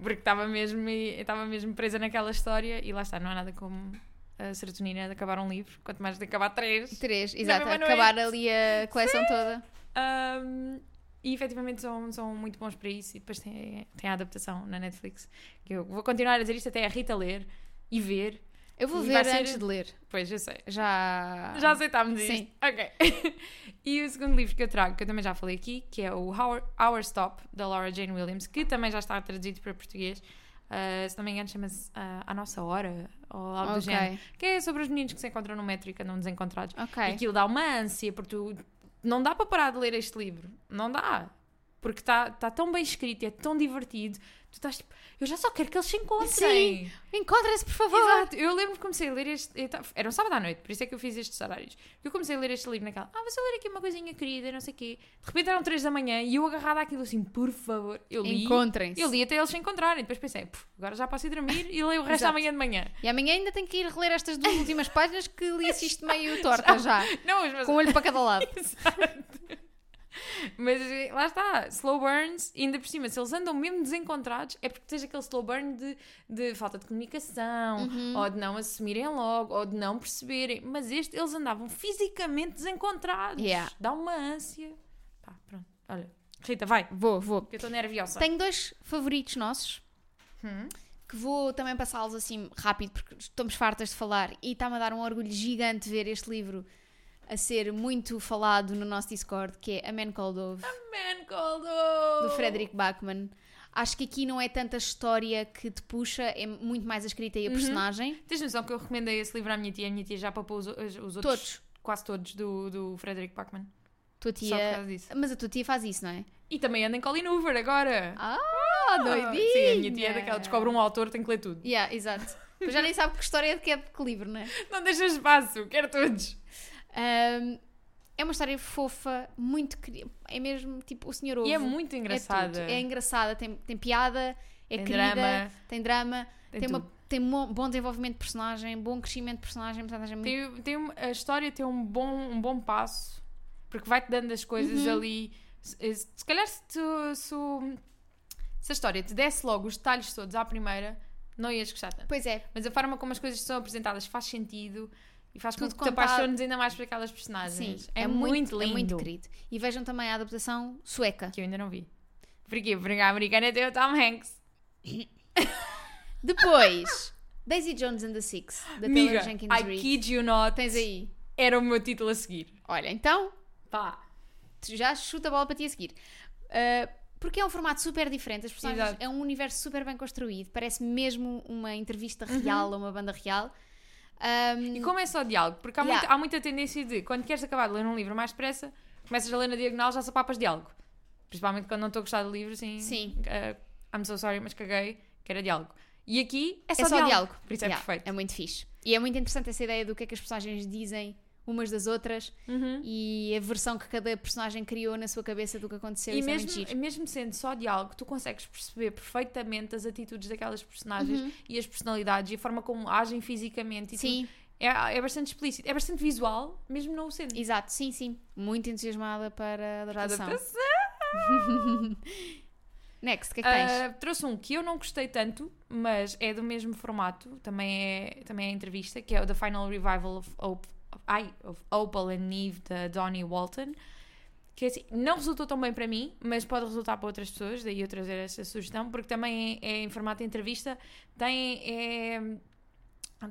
Speaker 1: porque estava mesmo, eu estava mesmo presa naquela história e lá está, não há nada como a serotonina de acabar um livro, quanto mais de acabar três.
Speaker 2: Três, exato.
Speaker 1: mesma
Speaker 2: Acabar ali a coleção toda.
Speaker 1: Ahm, e efetivamente são, são muito bons para isso. E depois tem, tem a adaptação na Netflix, que eu vou continuar a dizer isto até a Rita ler e ver.
Speaker 2: Eu vou
Speaker 1: E
Speaker 2: ver
Speaker 1: vai ser-
Speaker 2: antes de ler.
Speaker 1: Pois, eu sei.
Speaker 2: Já.
Speaker 1: Já aceitámos isto.
Speaker 2: Sim.
Speaker 1: Ok. e o segundo livro que eu trago, que eu também já falei aqui, que é o Our, Our Stop, da Laura Jane Williams, que também já está traduzido para português. Ah, se não me engano, chama-se ah, A Nossa Hora, ou algo do
Speaker 2: Ok,
Speaker 1: género. Que é sobre os meninos que se encontram no metro e que andam desencontrados. E
Speaker 2: ok.
Speaker 1: aquilo dá uma ânsia, porque tu não dá para parar de ler este livro. Não dá. Porque está tá tão bem escrito, e é tão divertido. Tu estás tipo, eu já só quero que eles se encontrem.
Speaker 2: Sim. Encontra-se, por favor.
Speaker 1: Exato, eu lembro que comecei a ler este. eu ta- Era um sábado à noite, por isso é que eu fiz estes horários. Eu comecei a ler este livro naquela. Ah, vou só ler aqui uma coisinha querida, não sei o quê. De repente eram três da manhã e eu agarrada àquilo assim, por favor. Eu li.
Speaker 2: Encontrem-se.
Speaker 1: Eu li até eles se encontrarem. Depois pensei, "Puf, agora já posso ir dormir e leio o resto
Speaker 2: Exato.
Speaker 1: amanhã de manhã.
Speaker 2: E amanhã ainda tenho que ir reler estas duas últimas páginas que li assiste meio torta já.
Speaker 1: Não, os meus
Speaker 2: Com o olho para cada lado.
Speaker 1: Mas eh, lá está, slow burns, ainda por cima, se eles andam mesmo desencontrados, é porque tens aquele slow burn de, de falta de comunicação,
Speaker 2: Uhum.
Speaker 1: ou de não assumirem logo, ou de não perceberem. Mas este, eles andavam fisicamente desencontrados.
Speaker 2: Yeah.
Speaker 1: Dá uma ânsia. Pá, pronto, olha. Rita, vai,
Speaker 2: Vou, vou.
Speaker 1: que eu estou nerviosa.
Speaker 2: Tenho dois favoritos nossos
Speaker 1: Hum?
Speaker 2: que vou também passá-los assim rápido porque estamos fartas de falar e está-me a dar um orgulho gigante ver este livro a ser muito falado no nosso Discord, que é A Man Called Ove,
Speaker 1: Man Cold
Speaker 2: do Frederick Bachman. Acho que aqui não é tanta história que te puxa, é muito mais a escrita
Speaker 1: Uhum.
Speaker 2: e a personagem.
Speaker 1: Tens noção que eu recomendei esse livro à minha tia, a minha tia já papou os, os outros,
Speaker 2: Todos.
Speaker 1: quase todos, do, do Frederick Bachman.
Speaker 2: Tua
Speaker 1: Só por causa
Speaker 2: tia...
Speaker 1: disso.
Speaker 2: Mas a tua tia faz isso, não é?
Speaker 1: E também anda em Colin Hoover agora.
Speaker 2: Ah, doidinha!
Speaker 1: Sim, a minha tia é daquela, descobre um autor, tem que ler tudo.
Speaker 2: Yeah, exato. Depois já nem sabe que história é de que é de que livro, não é?
Speaker 1: Não deixa espaço, quero todos.
Speaker 2: Ahm, é uma história fofa, muito querida. É mesmo tipo o senhor ouve.
Speaker 1: E é muito
Speaker 2: é
Speaker 1: engraçada.
Speaker 2: tudo. É, engraçada, tem, tem piada, é
Speaker 1: Tem
Speaker 2: querida,
Speaker 1: drama.
Speaker 2: tem drama,
Speaker 1: Tem
Speaker 2: tem, uma-
Speaker 1: tudo.
Speaker 2: tem mo- bom desenvolvimento de personagem, bom crescimento de personagem, portanto, é muito-
Speaker 1: Tem, tem um- a história tem um bom, um bom passo, porque vai-te dando as coisas ali. Se, se- se calhar se, tu- se, o- se a história te desse logo os detalhes todos à primeira, não ias gostar tanto.
Speaker 2: Pois é,
Speaker 1: Mas a forma como as coisas são apresentadas faz sentido e faz
Speaker 2: Tudo
Speaker 1: com que te
Speaker 2: contado.
Speaker 1: apaixones ainda mais por aquelas
Speaker 2: sim.
Speaker 1: personagens. é, muito, lindo.
Speaker 2: É muito querido. E vejam também a adaptação sueca.
Speaker 1: Que eu ainda não vi. Porquê? Porque a americana tem o Tom Hanks.
Speaker 2: Depois, Daisy Jones and the Six, da
Speaker 1: Amiga,
Speaker 2: Taylor Jenkins
Speaker 1: I
Speaker 2: Reid.
Speaker 1: kid you not.
Speaker 2: Tens aí.
Speaker 1: Era o meu título a seguir.
Speaker 2: Olha, então,
Speaker 1: Pá.
Speaker 2: tu já chuta a bola para ti a seguir. Ah, porque é um formato super diferente, as personagens
Speaker 1: Exato.
Speaker 2: é um universo super bem construído, parece mesmo uma entrevista
Speaker 1: Uhum.
Speaker 2: real a uma banda real. Ahm,
Speaker 1: E como é só diálogo? Porque há,
Speaker 2: Yeah.
Speaker 1: muito- há muita tendência de, quando queres acabar de ler um livro mais depressa, começas a ler na diagonal, já só papas diálogo. Principalmente quando não estou a gostar do livro, assim.
Speaker 2: Sim.
Speaker 1: ah, I'm so sorry, mas caguei, que era diálogo. E aqui é só,
Speaker 2: diálogo.
Speaker 1: Por isso é
Speaker 2: Yeah,
Speaker 1: perfeito.
Speaker 2: É muito fixe. E é muito interessante essa ideia do que é que as personagens dizem umas das outras
Speaker 1: Uhum.
Speaker 2: e a versão que cada personagem criou na sua cabeça do que aconteceu.
Speaker 1: E
Speaker 2: isso é muito
Speaker 1: mesmo, tipo
Speaker 2: giro.
Speaker 1: mesmo sendo só diálogo, tu consegues perceber perfeitamente as atitudes daquelas personagens
Speaker 2: Uhum.
Speaker 1: e as personalidades e a forma como agem fisicamente. E
Speaker 2: Sim,
Speaker 1: tudo. É, é bastante explícito, é bastante visual, mesmo não o sendo.
Speaker 2: exato, sim, sim. Muito entusiasmada para a
Speaker 1: Para a
Speaker 2: adaptação.
Speaker 1: adaptação.
Speaker 2: Next, o que é que tens?
Speaker 1: Ah, trouxe um que eu não gostei tanto, mas é do mesmo formato, também é, também é entrevista, que é o The Final Revival of, Op ai, of Opal and Neve, da Donnie Walton. Que assim, não resultou tão bem para mim, mas pode resultar para outras pessoas, daí eu trazer essa sugestão, porque também é, é em formato de entrevista, tem, é,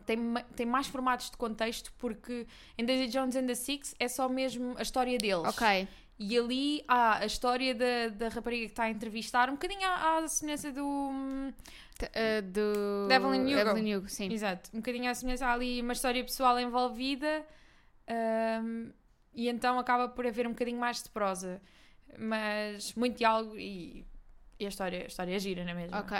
Speaker 1: tem, ma- tem mais formatos de contexto, porque em Daisy Jones and the Six é só mesmo a história deles.
Speaker 2: ok,
Speaker 1: E ali há a história da, da rapariga que está a entrevistar, um bocadinho à, à semelhança do. hum,
Speaker 2: T- ah, do
Speaker 1: Da Evelyn Hugo.
Speaker 2: Evelyn Hugo, sim.
Speaker 1: Exato, um bocadinho à semelhança. Há ali uma história pessoal envolvida ahm, e então acaba por haver um bocadinho mais de prosa, mas muito diálogo e, e a, história, a história é gira, não é mesmo?
Speaker 2: Ok,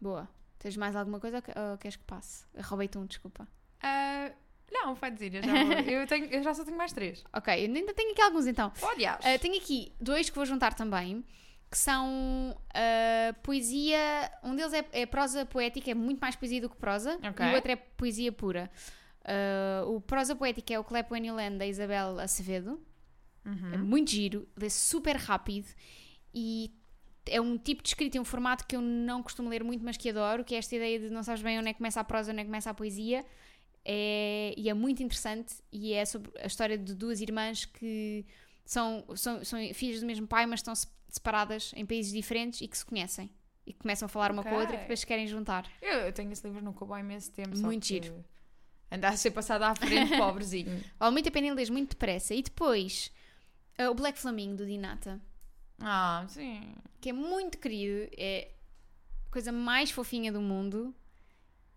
Speaker 2: boa. Tens mais alguma coisa ou que- ou queres que passe? Roubei-te um, desculpa.
Speaker 1: Ah, não, vai dizer, eu já, vou- eu, tenho, eu já só tenho mais três.
Speaker 2: Ok, eu ainda tenho aqui alguns então.
Speaker 1: Oh, aliás.
Speaker 2: Ah, tenho aqui dois que vou juntar também, que são ah, poesia. Um deles é, é prosa poética, é muito mais poesia do que prosa,
Speaker 1: Ok.
Speaker 2: e o outro é poesia pura. Ah, o prosa poética é o Clepo Land da Isabel Acevedo.
Speaker 1: Uhum.
Speaker 2: É muito giro, lê super rápido e é um tipo de escrita e um formato que eu não costumo ler muito, mas que adoro, que é esta ideia de não sabes bem onde é que começa a prosa, onde é que começa a poesia. É, e é muito interessante e é sobre a história de duas irmãs que são, são, são filhas do mesmo pai, mas estão se- separadas em países diferentes e que se conhecem. E que começam a falar uma com a outra e
Speaker 1: Ok.
Speaker 2: que depois se querem juntar.
Speaker 1: eu, eu tenho esse livro no cubo há imenso tempo. só
Speaker 2: Muito
Speaker 1: que
Speaker 2: giro.
Speaker 1: Anda a ser passado à frente, pobrezinho.
Speaker 2: Vale muito a pena ler muito depressa. E depois, ah, o Black Flamingo, do Dinata.
Speaker 1: Ah, sim.
Speaker 2: que é muito querido, é a coisa mais fofinha do mundo.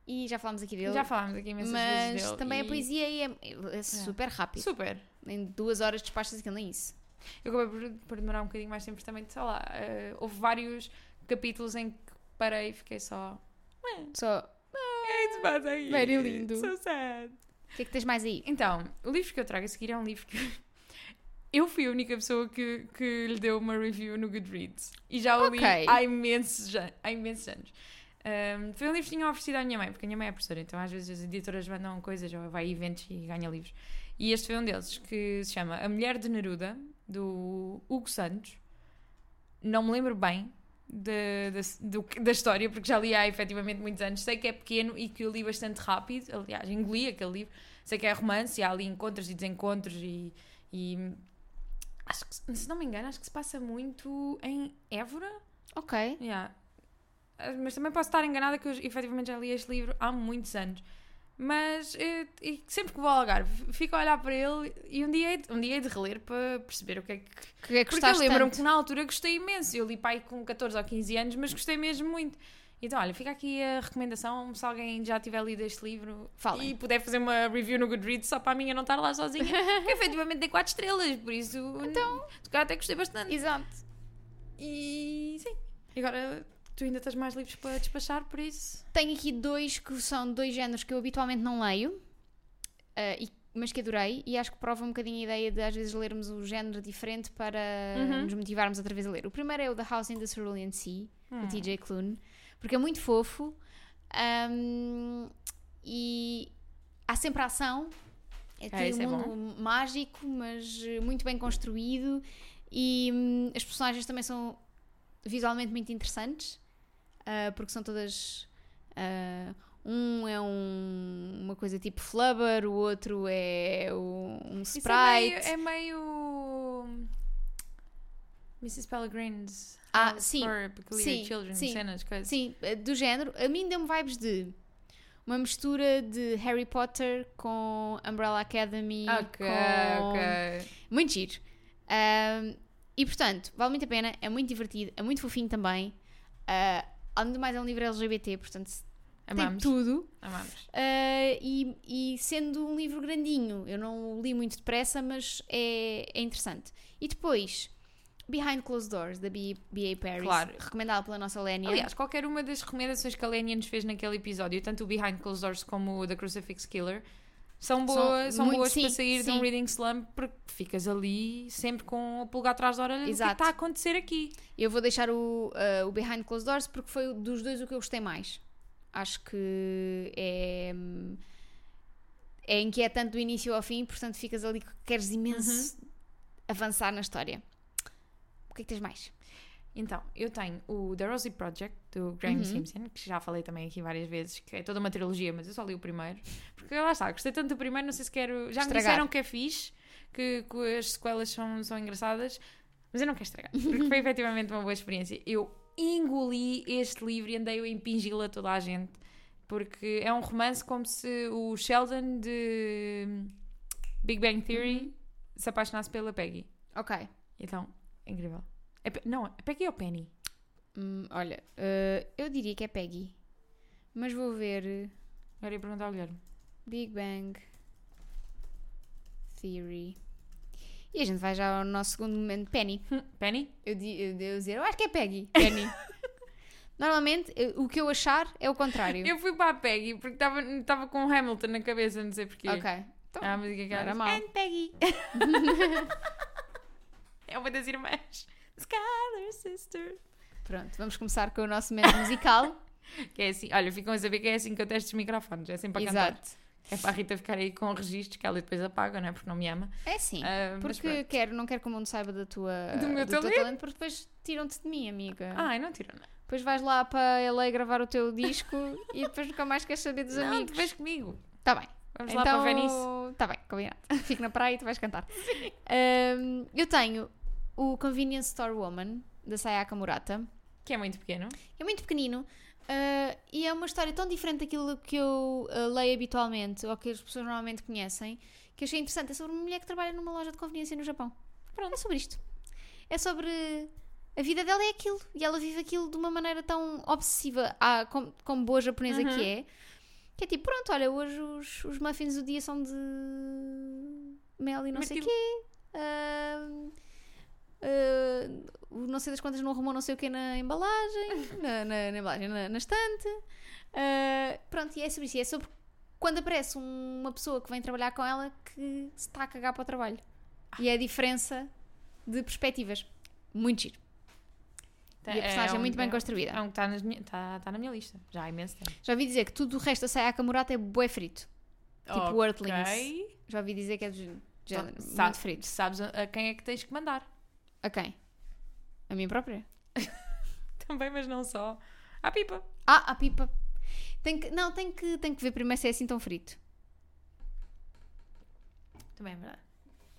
Speaker 2: E já falámos aqui dele.
Speaker 1: Já falámos aqui imensas vezes
Speaker 2: mas
Speaker 1: dele
Speaker 2: também a
Speaker 1: e-
Speaker 2: poesia e é, é super rápido.
Speaker 1: Super.
Speaker 2: Em duas horas despachas aquilo, nem isso.
Speaker 1: Eu acabei por, por demorar um bocadinho mais tempo, também, sei lá, eh, houve vários capítulos em que parei e fiquei só...
Speaker 2: Só,
Speaker 1: É isso, faz aí.
Speaker 2: "Ah, Very lindo.
Speaker 1: So sad.
Speaker 2: o que é que tens mais aí?
Speaker 1: Então, o livro que eu trago a seguir é um livro que... Eu fui a única pessoa que, que lhe deu uma review no Goodreads. E já o li
Speaker 2: Ok.
Speaker 1: há imensos, an- há imensos anos. Ahm, foi um livro que tinha oferecido à minha mãe, porque a minha mãe é professora, então às vezes as editoras mandam coisas ou vai a eventos e ganha livros. E este foi um deles, que se chama A Mulher de Neruda, do Hugo Santos. Não me lembro bem da- da- do que- da história, porque já li há efetivamente muitos anos. Sei que é pequeno e que eu li bastante rápido. Aliás, engoli aquele livro. Sei que é romance e há ali encontros e desencontros e. e acho que, se- se não me engano, acho que se passa muito em Évora.
Speaker 2: Ok.
Speaker 1: Yeah. Ah, Mas também posso estar enganada que eu efetivamente já li este livro há muitos anos. Mas eh, e sempre que vou ao Algarve, fico a olhar para ele e um dia, hei de- um dia hei de reler para perceber o que é que.
Speaker 2: Que é que
Speaker 1: Porque eu
Speaker 2: gostaste
Speaker 1: lembro-me
Speaker 2: tanto?
Speaker 1: que na altura gostei imenso. Eu li pai com 14 ou 15 anos, mas gostei mesmo muito. Então, olha, fica aqui a recomendação. Se alguém já tiver lido este livro
Speaker 2: Falem.
Speaker 1: e puder fazer uma review no Goodreads só para a minha não estar lá sozinha, que efetivamente tem 4 estrelas, por isso. Então. Se calhar até gostei bastante.
Speaker 2: Exato.
Speaker 1: E sim. E Agora tu ainda tens mais livros para despachar, por isso.
Speaker 2: Tenho aqui dois que são dois géneros que eu habitualmente não leio, ah, e- mas que adorei, e acho que prova um bocadinho a ideia de às vezes lermos um género diferente para
Speaker 1: Uhum.
Speaker 2: nos motivarmos outra vez a ler. O primeiro é o The House in the Cerulean Sea,
Speaker 1: Ah.
Speaker 2: do TJ Klune, porque é muito fofo ahm, e há sempre ação. É,
Speaker 1: Ah,
Speaker 2: tem
Speaker 1: isso
Speaker 2: um
Speaker 1: é
Speaker 2: mundo mágico, mas eh, muito bem construído e hum, as personagens também são visualmente muito interessantes ah, porque são todas ah, um é um- uma coisa tipo flubber, o outro é o- um
Speaker 1: Isso é meio. hum,
Speaker 2: sprite.
Speaker 1: É meio... Mrs. Pellegrin's
Speaker 2: Ah,
Speaker 1: House
Speaker 2: sim.
Speaker 1: for um Peculiar
Speaker 2: Sim,
Speaker 1: Children,
Speaker 2: sim.
Speaker 1: cenas, coisas.
Speaker 2: Sim, eh, do género. A mim deu-me vibes de uma mistura de Harry Potter com Umbrella Academy.
Speaker 1: Ok,
Speaker 2: com-
Speaker 1: ok.
Speaker 2: Muito giro. Ahm, e portanto, vale muito a pena, é muito divertido, é muito fofinho também. Ah, além do mais, é um livro LGBT, portanto, tem
Speaker 1: Amamos.
Speaker 2: tudo.
Speaker 1: Amamos.
Speaker 2: Uh, e, e sendo um livro grandinho, eu não o li muito depressa, mas é, é interessante. E depois, Behind Closed Doors, da B- B.A. Paris,
Speaker 1: Claro.
Speaker 2: recomendada pela nossa Lénia.
Speaker 1: Aliás, qualquer uma das recomendações que a Lenia nos fez naquele episódio, tanto o Behind Closed Doors como o The Crucifix Killer, são boas, são
Speaker 2: muito-
Speaker 1: boas
Speaker 2: sim,
Speaker 1: para sair de
Speaker 2: sim.
Speaker 1: um reading slump porque ficas ali sempre com o pulgar atrás da orelha do que é que
Speaker 2: Exato.
Speaker 1: está a acontecer aqui.
Speaker 2: Eu vou deixar o, eh, o Behind Closed Doors porque foi o- dos dois o que eu gostei mais. Acho que é. hum, É inquietante do início ao fim, portanto ficas ali que queres imenso
Speaker 1: Uhum.
Speaker 2: avançar na história. O que é que tens mais?
Speaker 1: Então, eu tenho o The Rosie Project, do Graham Simpson, que já falei também aqui várias vezes, que é toda uma trilogia, mas eu só li o primeiro. Porque lá está, gostei tanto do primeiro, não sei se quero. Já me
Speaker 2: Estragar.
Speaker 1: disseram que é fixe, que, que as sequelas são, são engraçadas, mas eu não quero estragar, porque foi efetivamente uma boa experiência. Eu engoli este livro e andei a impingi-lo a toda a gente, porque é um romance como se o Sheldon de Big Bang Theory se apaixonasse pela Peggy.
Speaker 2: Ok.
Speaker 1: Então, é incrível. É Pe- não, é Peggy ou Penny?
Speaker 2: Hum, olha, eh, eu diria que é Peggy. Mas vou ver
Speaker 1: Agora ia perguntar ao Guilherme.
Speaker 2: Big Bang Theory. E a gente vai já ao nosso segundo momento, Penny.
Speaker 1: Penny?
Speaker 2: Eu, di- eu devo dizer, eu acho que é Peggy. Penny. Normalmente, eu- o que eu achar é o contrário.
Speaker 1: Eu fui para a Peggy porque estava com o Hamilton na cabeça, não sei porquê.
Speaker 2: Ok. Então,
Speaker 1: Ah, a música que
Speaker 2: não
Speaker 1: ela
Speaker 2: era
Speaker 1: diz,
Speaker 2: mau.
Speaker 1: And Peggy. é uma das irmãs. Skyler Sister.
Speaker 2: Pronto, vamos começar com o nosso momento musical.
Speaker 1: Que é assim, olha, ficam a saber que é assim que eu testo os microfones. É sempre para cantar.
Speaker 2: Exato.
Speaker 1: É para a Rita ficar aí com registros que ela depois apaga, não é? Porque não me ama.
Speaker 2: É sim.
Speaker 1: Ah, mas
Speaker 2: porque quero, não quero que o mundo saiba da tua,
Speaker 1: Do meu
Speaker 2: teu
Speaker 1: talento.
Speaker 2: porque depois tiram-te de mim, amiga.
Speaker 1: Ai, não tira nada.
Speaker 2: Depois vais lá para LA gravar o teu disco e depois nunca mais queres saber dos
Speaker 1: Não, tu
Speaker 2: amigos.
Speaker 1: vês comigo.
Speaker 2: Tá bem.
Speaker 1: Vamos
Speaker 2: então,
Speaker 1: lá para Venice.
Speaker 2: Tá bem, combinado. Fico na praia e tu vais cantar. Ahm, eu tenho o Convenience Store Woman, da Sayaka Murata.
Speaker 1: Que é muito pequeno.
Speaker 2: É muito pequenino ah, e é uma história tão diferente daquilo que eu ah, leio habitualmente ou que as pessoas normalmente conhecem que eu achei interessante. É sobre uma mulher que trabalha numa loja de conveniência no Japão. Pronto, é sobre isto. É sobre. A vida dela é aquilo e ela vive aquilo de uma maneira tão obsessiva, ah, como, como boa japonesa que é, que é tipo: pronto, olha, hoje os, os muffins do dia são de mel e não
Speaker 1: Mas
Speaker 2: sei o
Speaker 1: tipo-
Speaker 2: quê. ah, ah, o não sei das quantas não arrumou não sei o que na embalagem, na, na- na embalagem, na, na estante. Ah, pronto, e é sobre isso. E é sobre quando aparece um- uma pessoa que vem trabalhar com ela que se está a cagar para o trabalho.
Speaker 1: Ah.
Speaker 2: E é a diferença de perspectivas. Muito giro. e a personagem é,
Speaker 1: um-
Speaker 2: muito bem
Speaker 1: é-
Speaker 2: construída.
Speaker 1: É um que está nas minha- está- está na minha lista. Já há imenso tempo.
Speaker 2: Já ouvi dizer que tudo o resto da Sayaka Murata é bué frito. Tipo Worthlings.
Speaker 1: Ok.
Speaker 2: Já ouvi dizer que é do gê- género
Speaker 1: Então,
Speaker 2: muito
Speaker 1: sa-
Speaker 2: frito.
Speaker 1: Sabes a a quem é que tens que mandar.
Speaker 2: A quem? A mim própria?
Speaker 1: Também, mas não só. À pipa.
Speaker 2: Ah, a pipa. Tenho que, não, tenho que, tenho que ver primeiro se é assim tão frito.
Speaker 1: Também é verdade.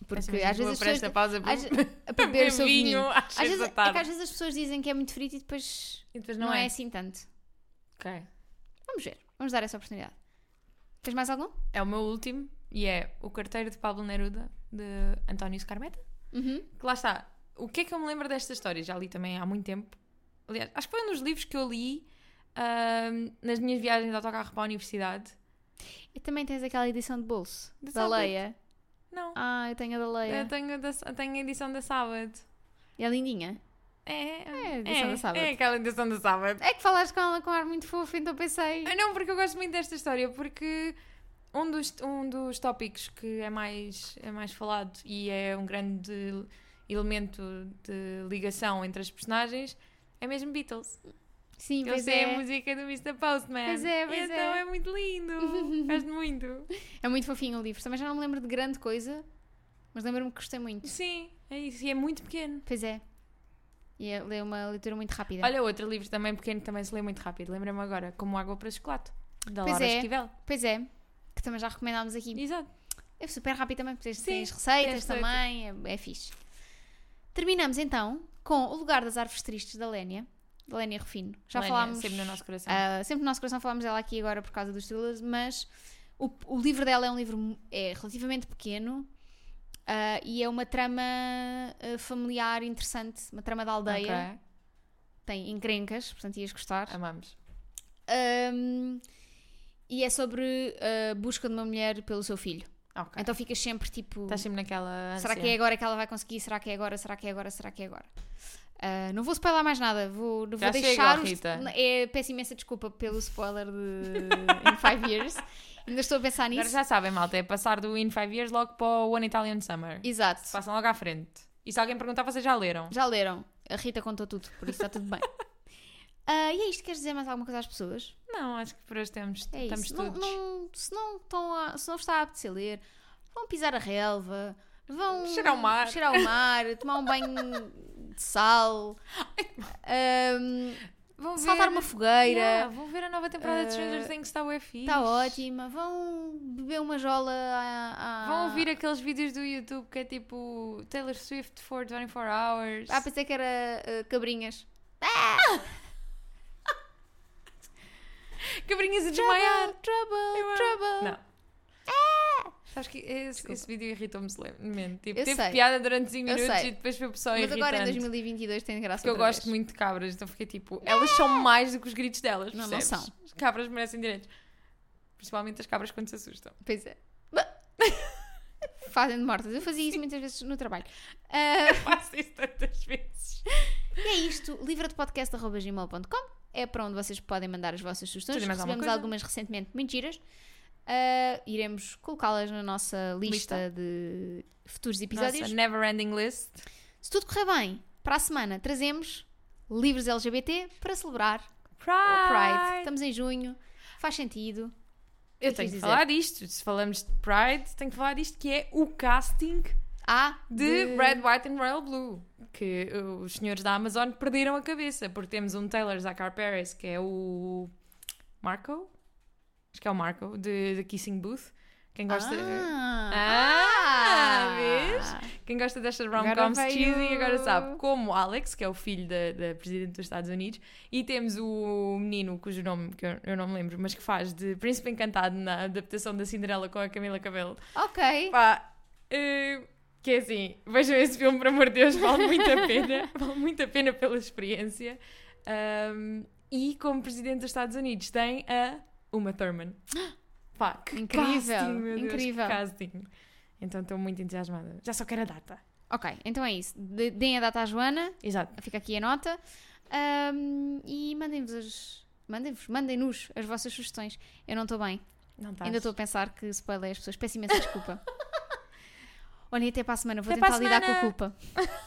Speaker 2: Porque às vezes as pessoas...
Speaker 1: esta pausa
Speaker 2: às-
Speaker 1: para
Speaker 2: a um beber o seu É vinho.
Speaker 1: um às
Speaker 2: Às
Speaker 1: seis
Speaker 2: vezes,
Speaker 1: da
Speaker 2: é que às
Speaker 1: tarde.
Speaker 2: vezes as pessoas dizem que é muito frito e depois
Speaker 1: E depois
Speaker 2: não,
Speaker 1: não,
Speaker 2: é.
Speaker 1: é.
Speaker 2: assim tanto.
Speaker 1: Ok.
Speaker 2: Vamos ver. Vamos dar essa oportunidade. Tens mais algum?
Speaker 1: É o meu último e é o carteiro de Pablo Neruda de António Scarmeta.
Speaker 2: Uhum.
Speaker 1: Que lá está. O que é que eu me lembro desta história? Já li também há muito tempo. Aliás, acho que foi um dos livros que eu li ahm, nas minhas viagens de autocarro para a universidade.
Speaker 2: E também tens aquela edição de bolso.
Speaker 1: De
Speaker 2: da
Speaker 1: tablet.
Speaker 2: Leia.
Speaker 1: Não.
Speaker 2: Ah, eu tenho a da Leia.
Speaker 1: Eu tenho, a da- tenho a edição da sábado.
Speaker 2: E é lindinha.
Speaker 1: É,
Speaker 2: É, edição da sábado.
Speaker 1: É aquela edição da sábado.
Speaker 2: É que falaste com ela com um ar muito fofo, então pensei.
Speaker 1: Ah, Não, porque eu gosto muito desta história, porque um dos, um dos tópicos que é mais, é mais falado e é um grande elemento de ligação entre as personagens é mesmo Beatles.
Speaker 2: Sim,
Speaker 1: Eles
Speaker 2: pois
Speaker 1: têm
Speaker 2: é.
Speaker 1: a música do Mr. Postman.
Speaker 2: Pois é, pois
Speaker 1: então
Speaker 2: é.
Speaker 1: é muito lindo. Gosto muito.
Speaker 2: É muito fofinho o livro. Também já não me lembro de grande coisa, mas lembro-me que gostei muito.
Speaker 1: Sim, é isso. E é muito pequeno.
Speaker 2: Pois é. E é é uma leitura muito rápida.
Speaker 1: Olha, outro livro também pequeno que também se lê muito rápido. Lembra-me agora, Como Água para Chocolate, da
Speaker 2: Pois
Speaker 1: Laura
Speaker 2: é.
Speaker 1: Esquivel.
Speaker 2: Pois é. Que também já recomendámos aqui.
Speaker 1: Exato.
Speaker 2: É super rápido também, porque
Speaker 1: Sim,
Speaker 2: tens
Speaker 1: tem
Speaker 2: receitas
Speaker 1: receita.
Speaker 2: também, é, é fixe. Terminamos então com O Lugar das Árvores Tristes da Lénia, da Lénia Rufino. Já
Speaker 1: Lénia,
Speaker 2: falámos.
Speaker 1: Sempre no nosso coração.
Speaker 2: ah, sempre no nosso coração falámos dela aqui agora por causa dos thrillers, mas o, o livro dela é um livro mu- é, relativamente pequeno ah, e é uma trama ah, familiar interessante, uma trama da aldeia.
Speaker 1: Ok,
Speaker 2: Tem encrencas, portanto ias gostar.
Speaker 1: Amamos.
Speaker 2: Ahm, e é sobre a busca de uma mulher pelo seu filho.
Speaker 1: Ok. Tá
Speaker 2: Então ficas sempre tipo.
Speaker 1: Estás sempre naquela.
Speaker 2: Será que é agora que ela vai conseguir? Será que é agora? Será que é agora? Será que é agora? Ah, não vou spoiler mais nada, vou, não
Speaker 1: Já
Speaker 2: vou
Speaker 1: chega,
Speaker 2: deixar.
Speaker 1: Rita.
Speaker 2: É, peço imensa desculpa pelo spoiler de In 5 Years. Ainda estou a pensar
Speaker 1: Agora
Speaker 2: nisso.
Speaker 1: já sabem, malta, é passar do In Five Years logo para o One Italian Summer.
Speaker 2: Exato.
Speaker 1: Passam logo à frente. E se alguém perguntar, vocês já leram.
Speaker 2: Já leram. A Rita contou tudo, por isso está tudo bem. Ah, e é isto, queres dizer mais alguma coisa às pessoas?
Speaker 1: Não, acho que por hoje temos,
Speaker 2: É
Speaker 1: estamos
Speaker 2: isso. Não-
Speaker 1: todos.
Speaker 2: não- se, não estão a- se não está a apetecer ler, vão pisar a relva, vão
Speaker 1: Cheirar ao mar.
Speaker 2: cheirar ao mar, tomar um banho de sal, ahm,
Speaker 1: Vão
Speaker 2: saltar uma fogueira.
Speaker 1: Yeah, vão ver a nova temporada de
Speaker 2: Eh, tá
Speaker 1: Stranger Things, está o fixe.
Speaker 2: Está ótima. Vão beber uma jola à, à...
Speaker 1: Vão ouvir aqueles vídeos do YouTube que é tipo Taylor Swift for 24 Hours.
Speaker 2: Ah, pensei que era ah, cabrinhas.
Speaker 1: Cabrinhas a desmaiar.
Speaker 2: Trouble,
Speaker 1: Eu amo.
Speaker 2: trouble. Ah!
Speaker 1: Não. Sabes que esse, esse vídeo irritou-me solenemente. Tipo,
Speaker 2: Eu
Speaker 1: teve
Speaker 2: sei.
Speaker 1: piada durante 5
Speaker 2: Eu
Speaker 1: minutos
Speaker 2: sei.
Speaker 1: e depois foi pessoal
Speaker 2: Mas
Speaker 1: irritante.
Speaker 2: agora em 2022 tem graça
Speaker 1: Porque eu
Speaker 2: outra
Speaker 1: gosto
Speaker 2: vez.
Speaker 1: muito de cabras, então fiquei tipo, elas são mais do que os gritos delas,
Speaker 2: Não, não
Speaker 1: percebes?
Speaker 2: são.
Speaker 1: As cabras merecem direitos. Principalmente as cabras quando se assustam.
Speaker 2: Pois é. Bah! Fazem de mortas. Eu fazia isso muitas vezes no trabalho. Ah,
Speaker 1: Faço isso tantas vezes.
Speaker 2: e é isto. livradepodcast.gmail.com é para onde vocês podem mandar as vossas sugestões.
Speaker 1: Fazer mais alguma
Speaker 2: Recebemos
Speaker 1: coisa?
Speaker 2: algumas recentemente muito giras. Ah, iremos colocá-las na nossa lista,
Speaker 1: Lista.
Speaker 2: de futuros episódios.
Speaker 1: Nossa, never ending list.
Speaker 2: Se tudo correr bem, para a semana trazemos livros LGBT para celebrar o Pride.
Speaker 1: Pride.
Speaker 2: Estamos em junho, faz sentido.
Speaker 1: Eu
Speaker 2: Eu
Speaker 1: tenho
Speaker 2: quis
Speaker 1: que
Speaker 2: dizer.
Speaker 1: falar disto. Se falamos de Pride, tenho que falar disto que é o casting
Speaker 2: Há
Speaker 1: de Red, White and Royal Blue. Que uh, os senhores da Amazon perderam a cabeça, porque temos um Taylor Zachar Paris, que é o Marco, acho que é o Marco, de, de Kissing Booth. Quem gosta,
Speaker 2: Ah,
Speaker 1: Ah, vês? quem gosta destas rom-coms
Speaker 2: Agora veio.
Speaker 1: cheesy agora sabe. Como Alex, que é o filho da, da Presidente dos Estados Unidos, e temos o menino cujo nome que eu, eu não me lembro, mas que faz de Príncipe Encantado na adaptação da Cinderela com a Camila Cabello.
Speaker 2: Ok.
Speaker 1: Pá, eh, que é assim, vejam esse filme, por amor de Deus, vale muito a pena, vale muito a pena pela experiência. Ahm, e como Presidente dos Estados Unidos tem a Uma Thurman. Pá, que
Speaker 2: Incrível,
Speaker 1: casting, meu Deus, que
Speaker 2: incrível.
Speaker 1: casting. Então estou muito entusiasmada. Já só quero a data.
Speaker 2: Ok, então é isso. De- Deem a data à Joana,
Speaker 1: Exato.
Speaker 2: fica aqui a nota. Ahm, e mandem-vos as. Mandem-vos, mandem-nos as vossas sugestões. Eu não estou bem.
Speaker 1: Não estás.
Speaker 2: Ainda estou a pensar que spoiler as pessoas. Peço imensa desculpa. Olhem, até para a semana. Vou
Speaker 1: Até para
Speaker 2: tentar
Speaker 1: a
Speaker 2: lidar com a
Speaker 1: semana.
Speaker 2: culpa.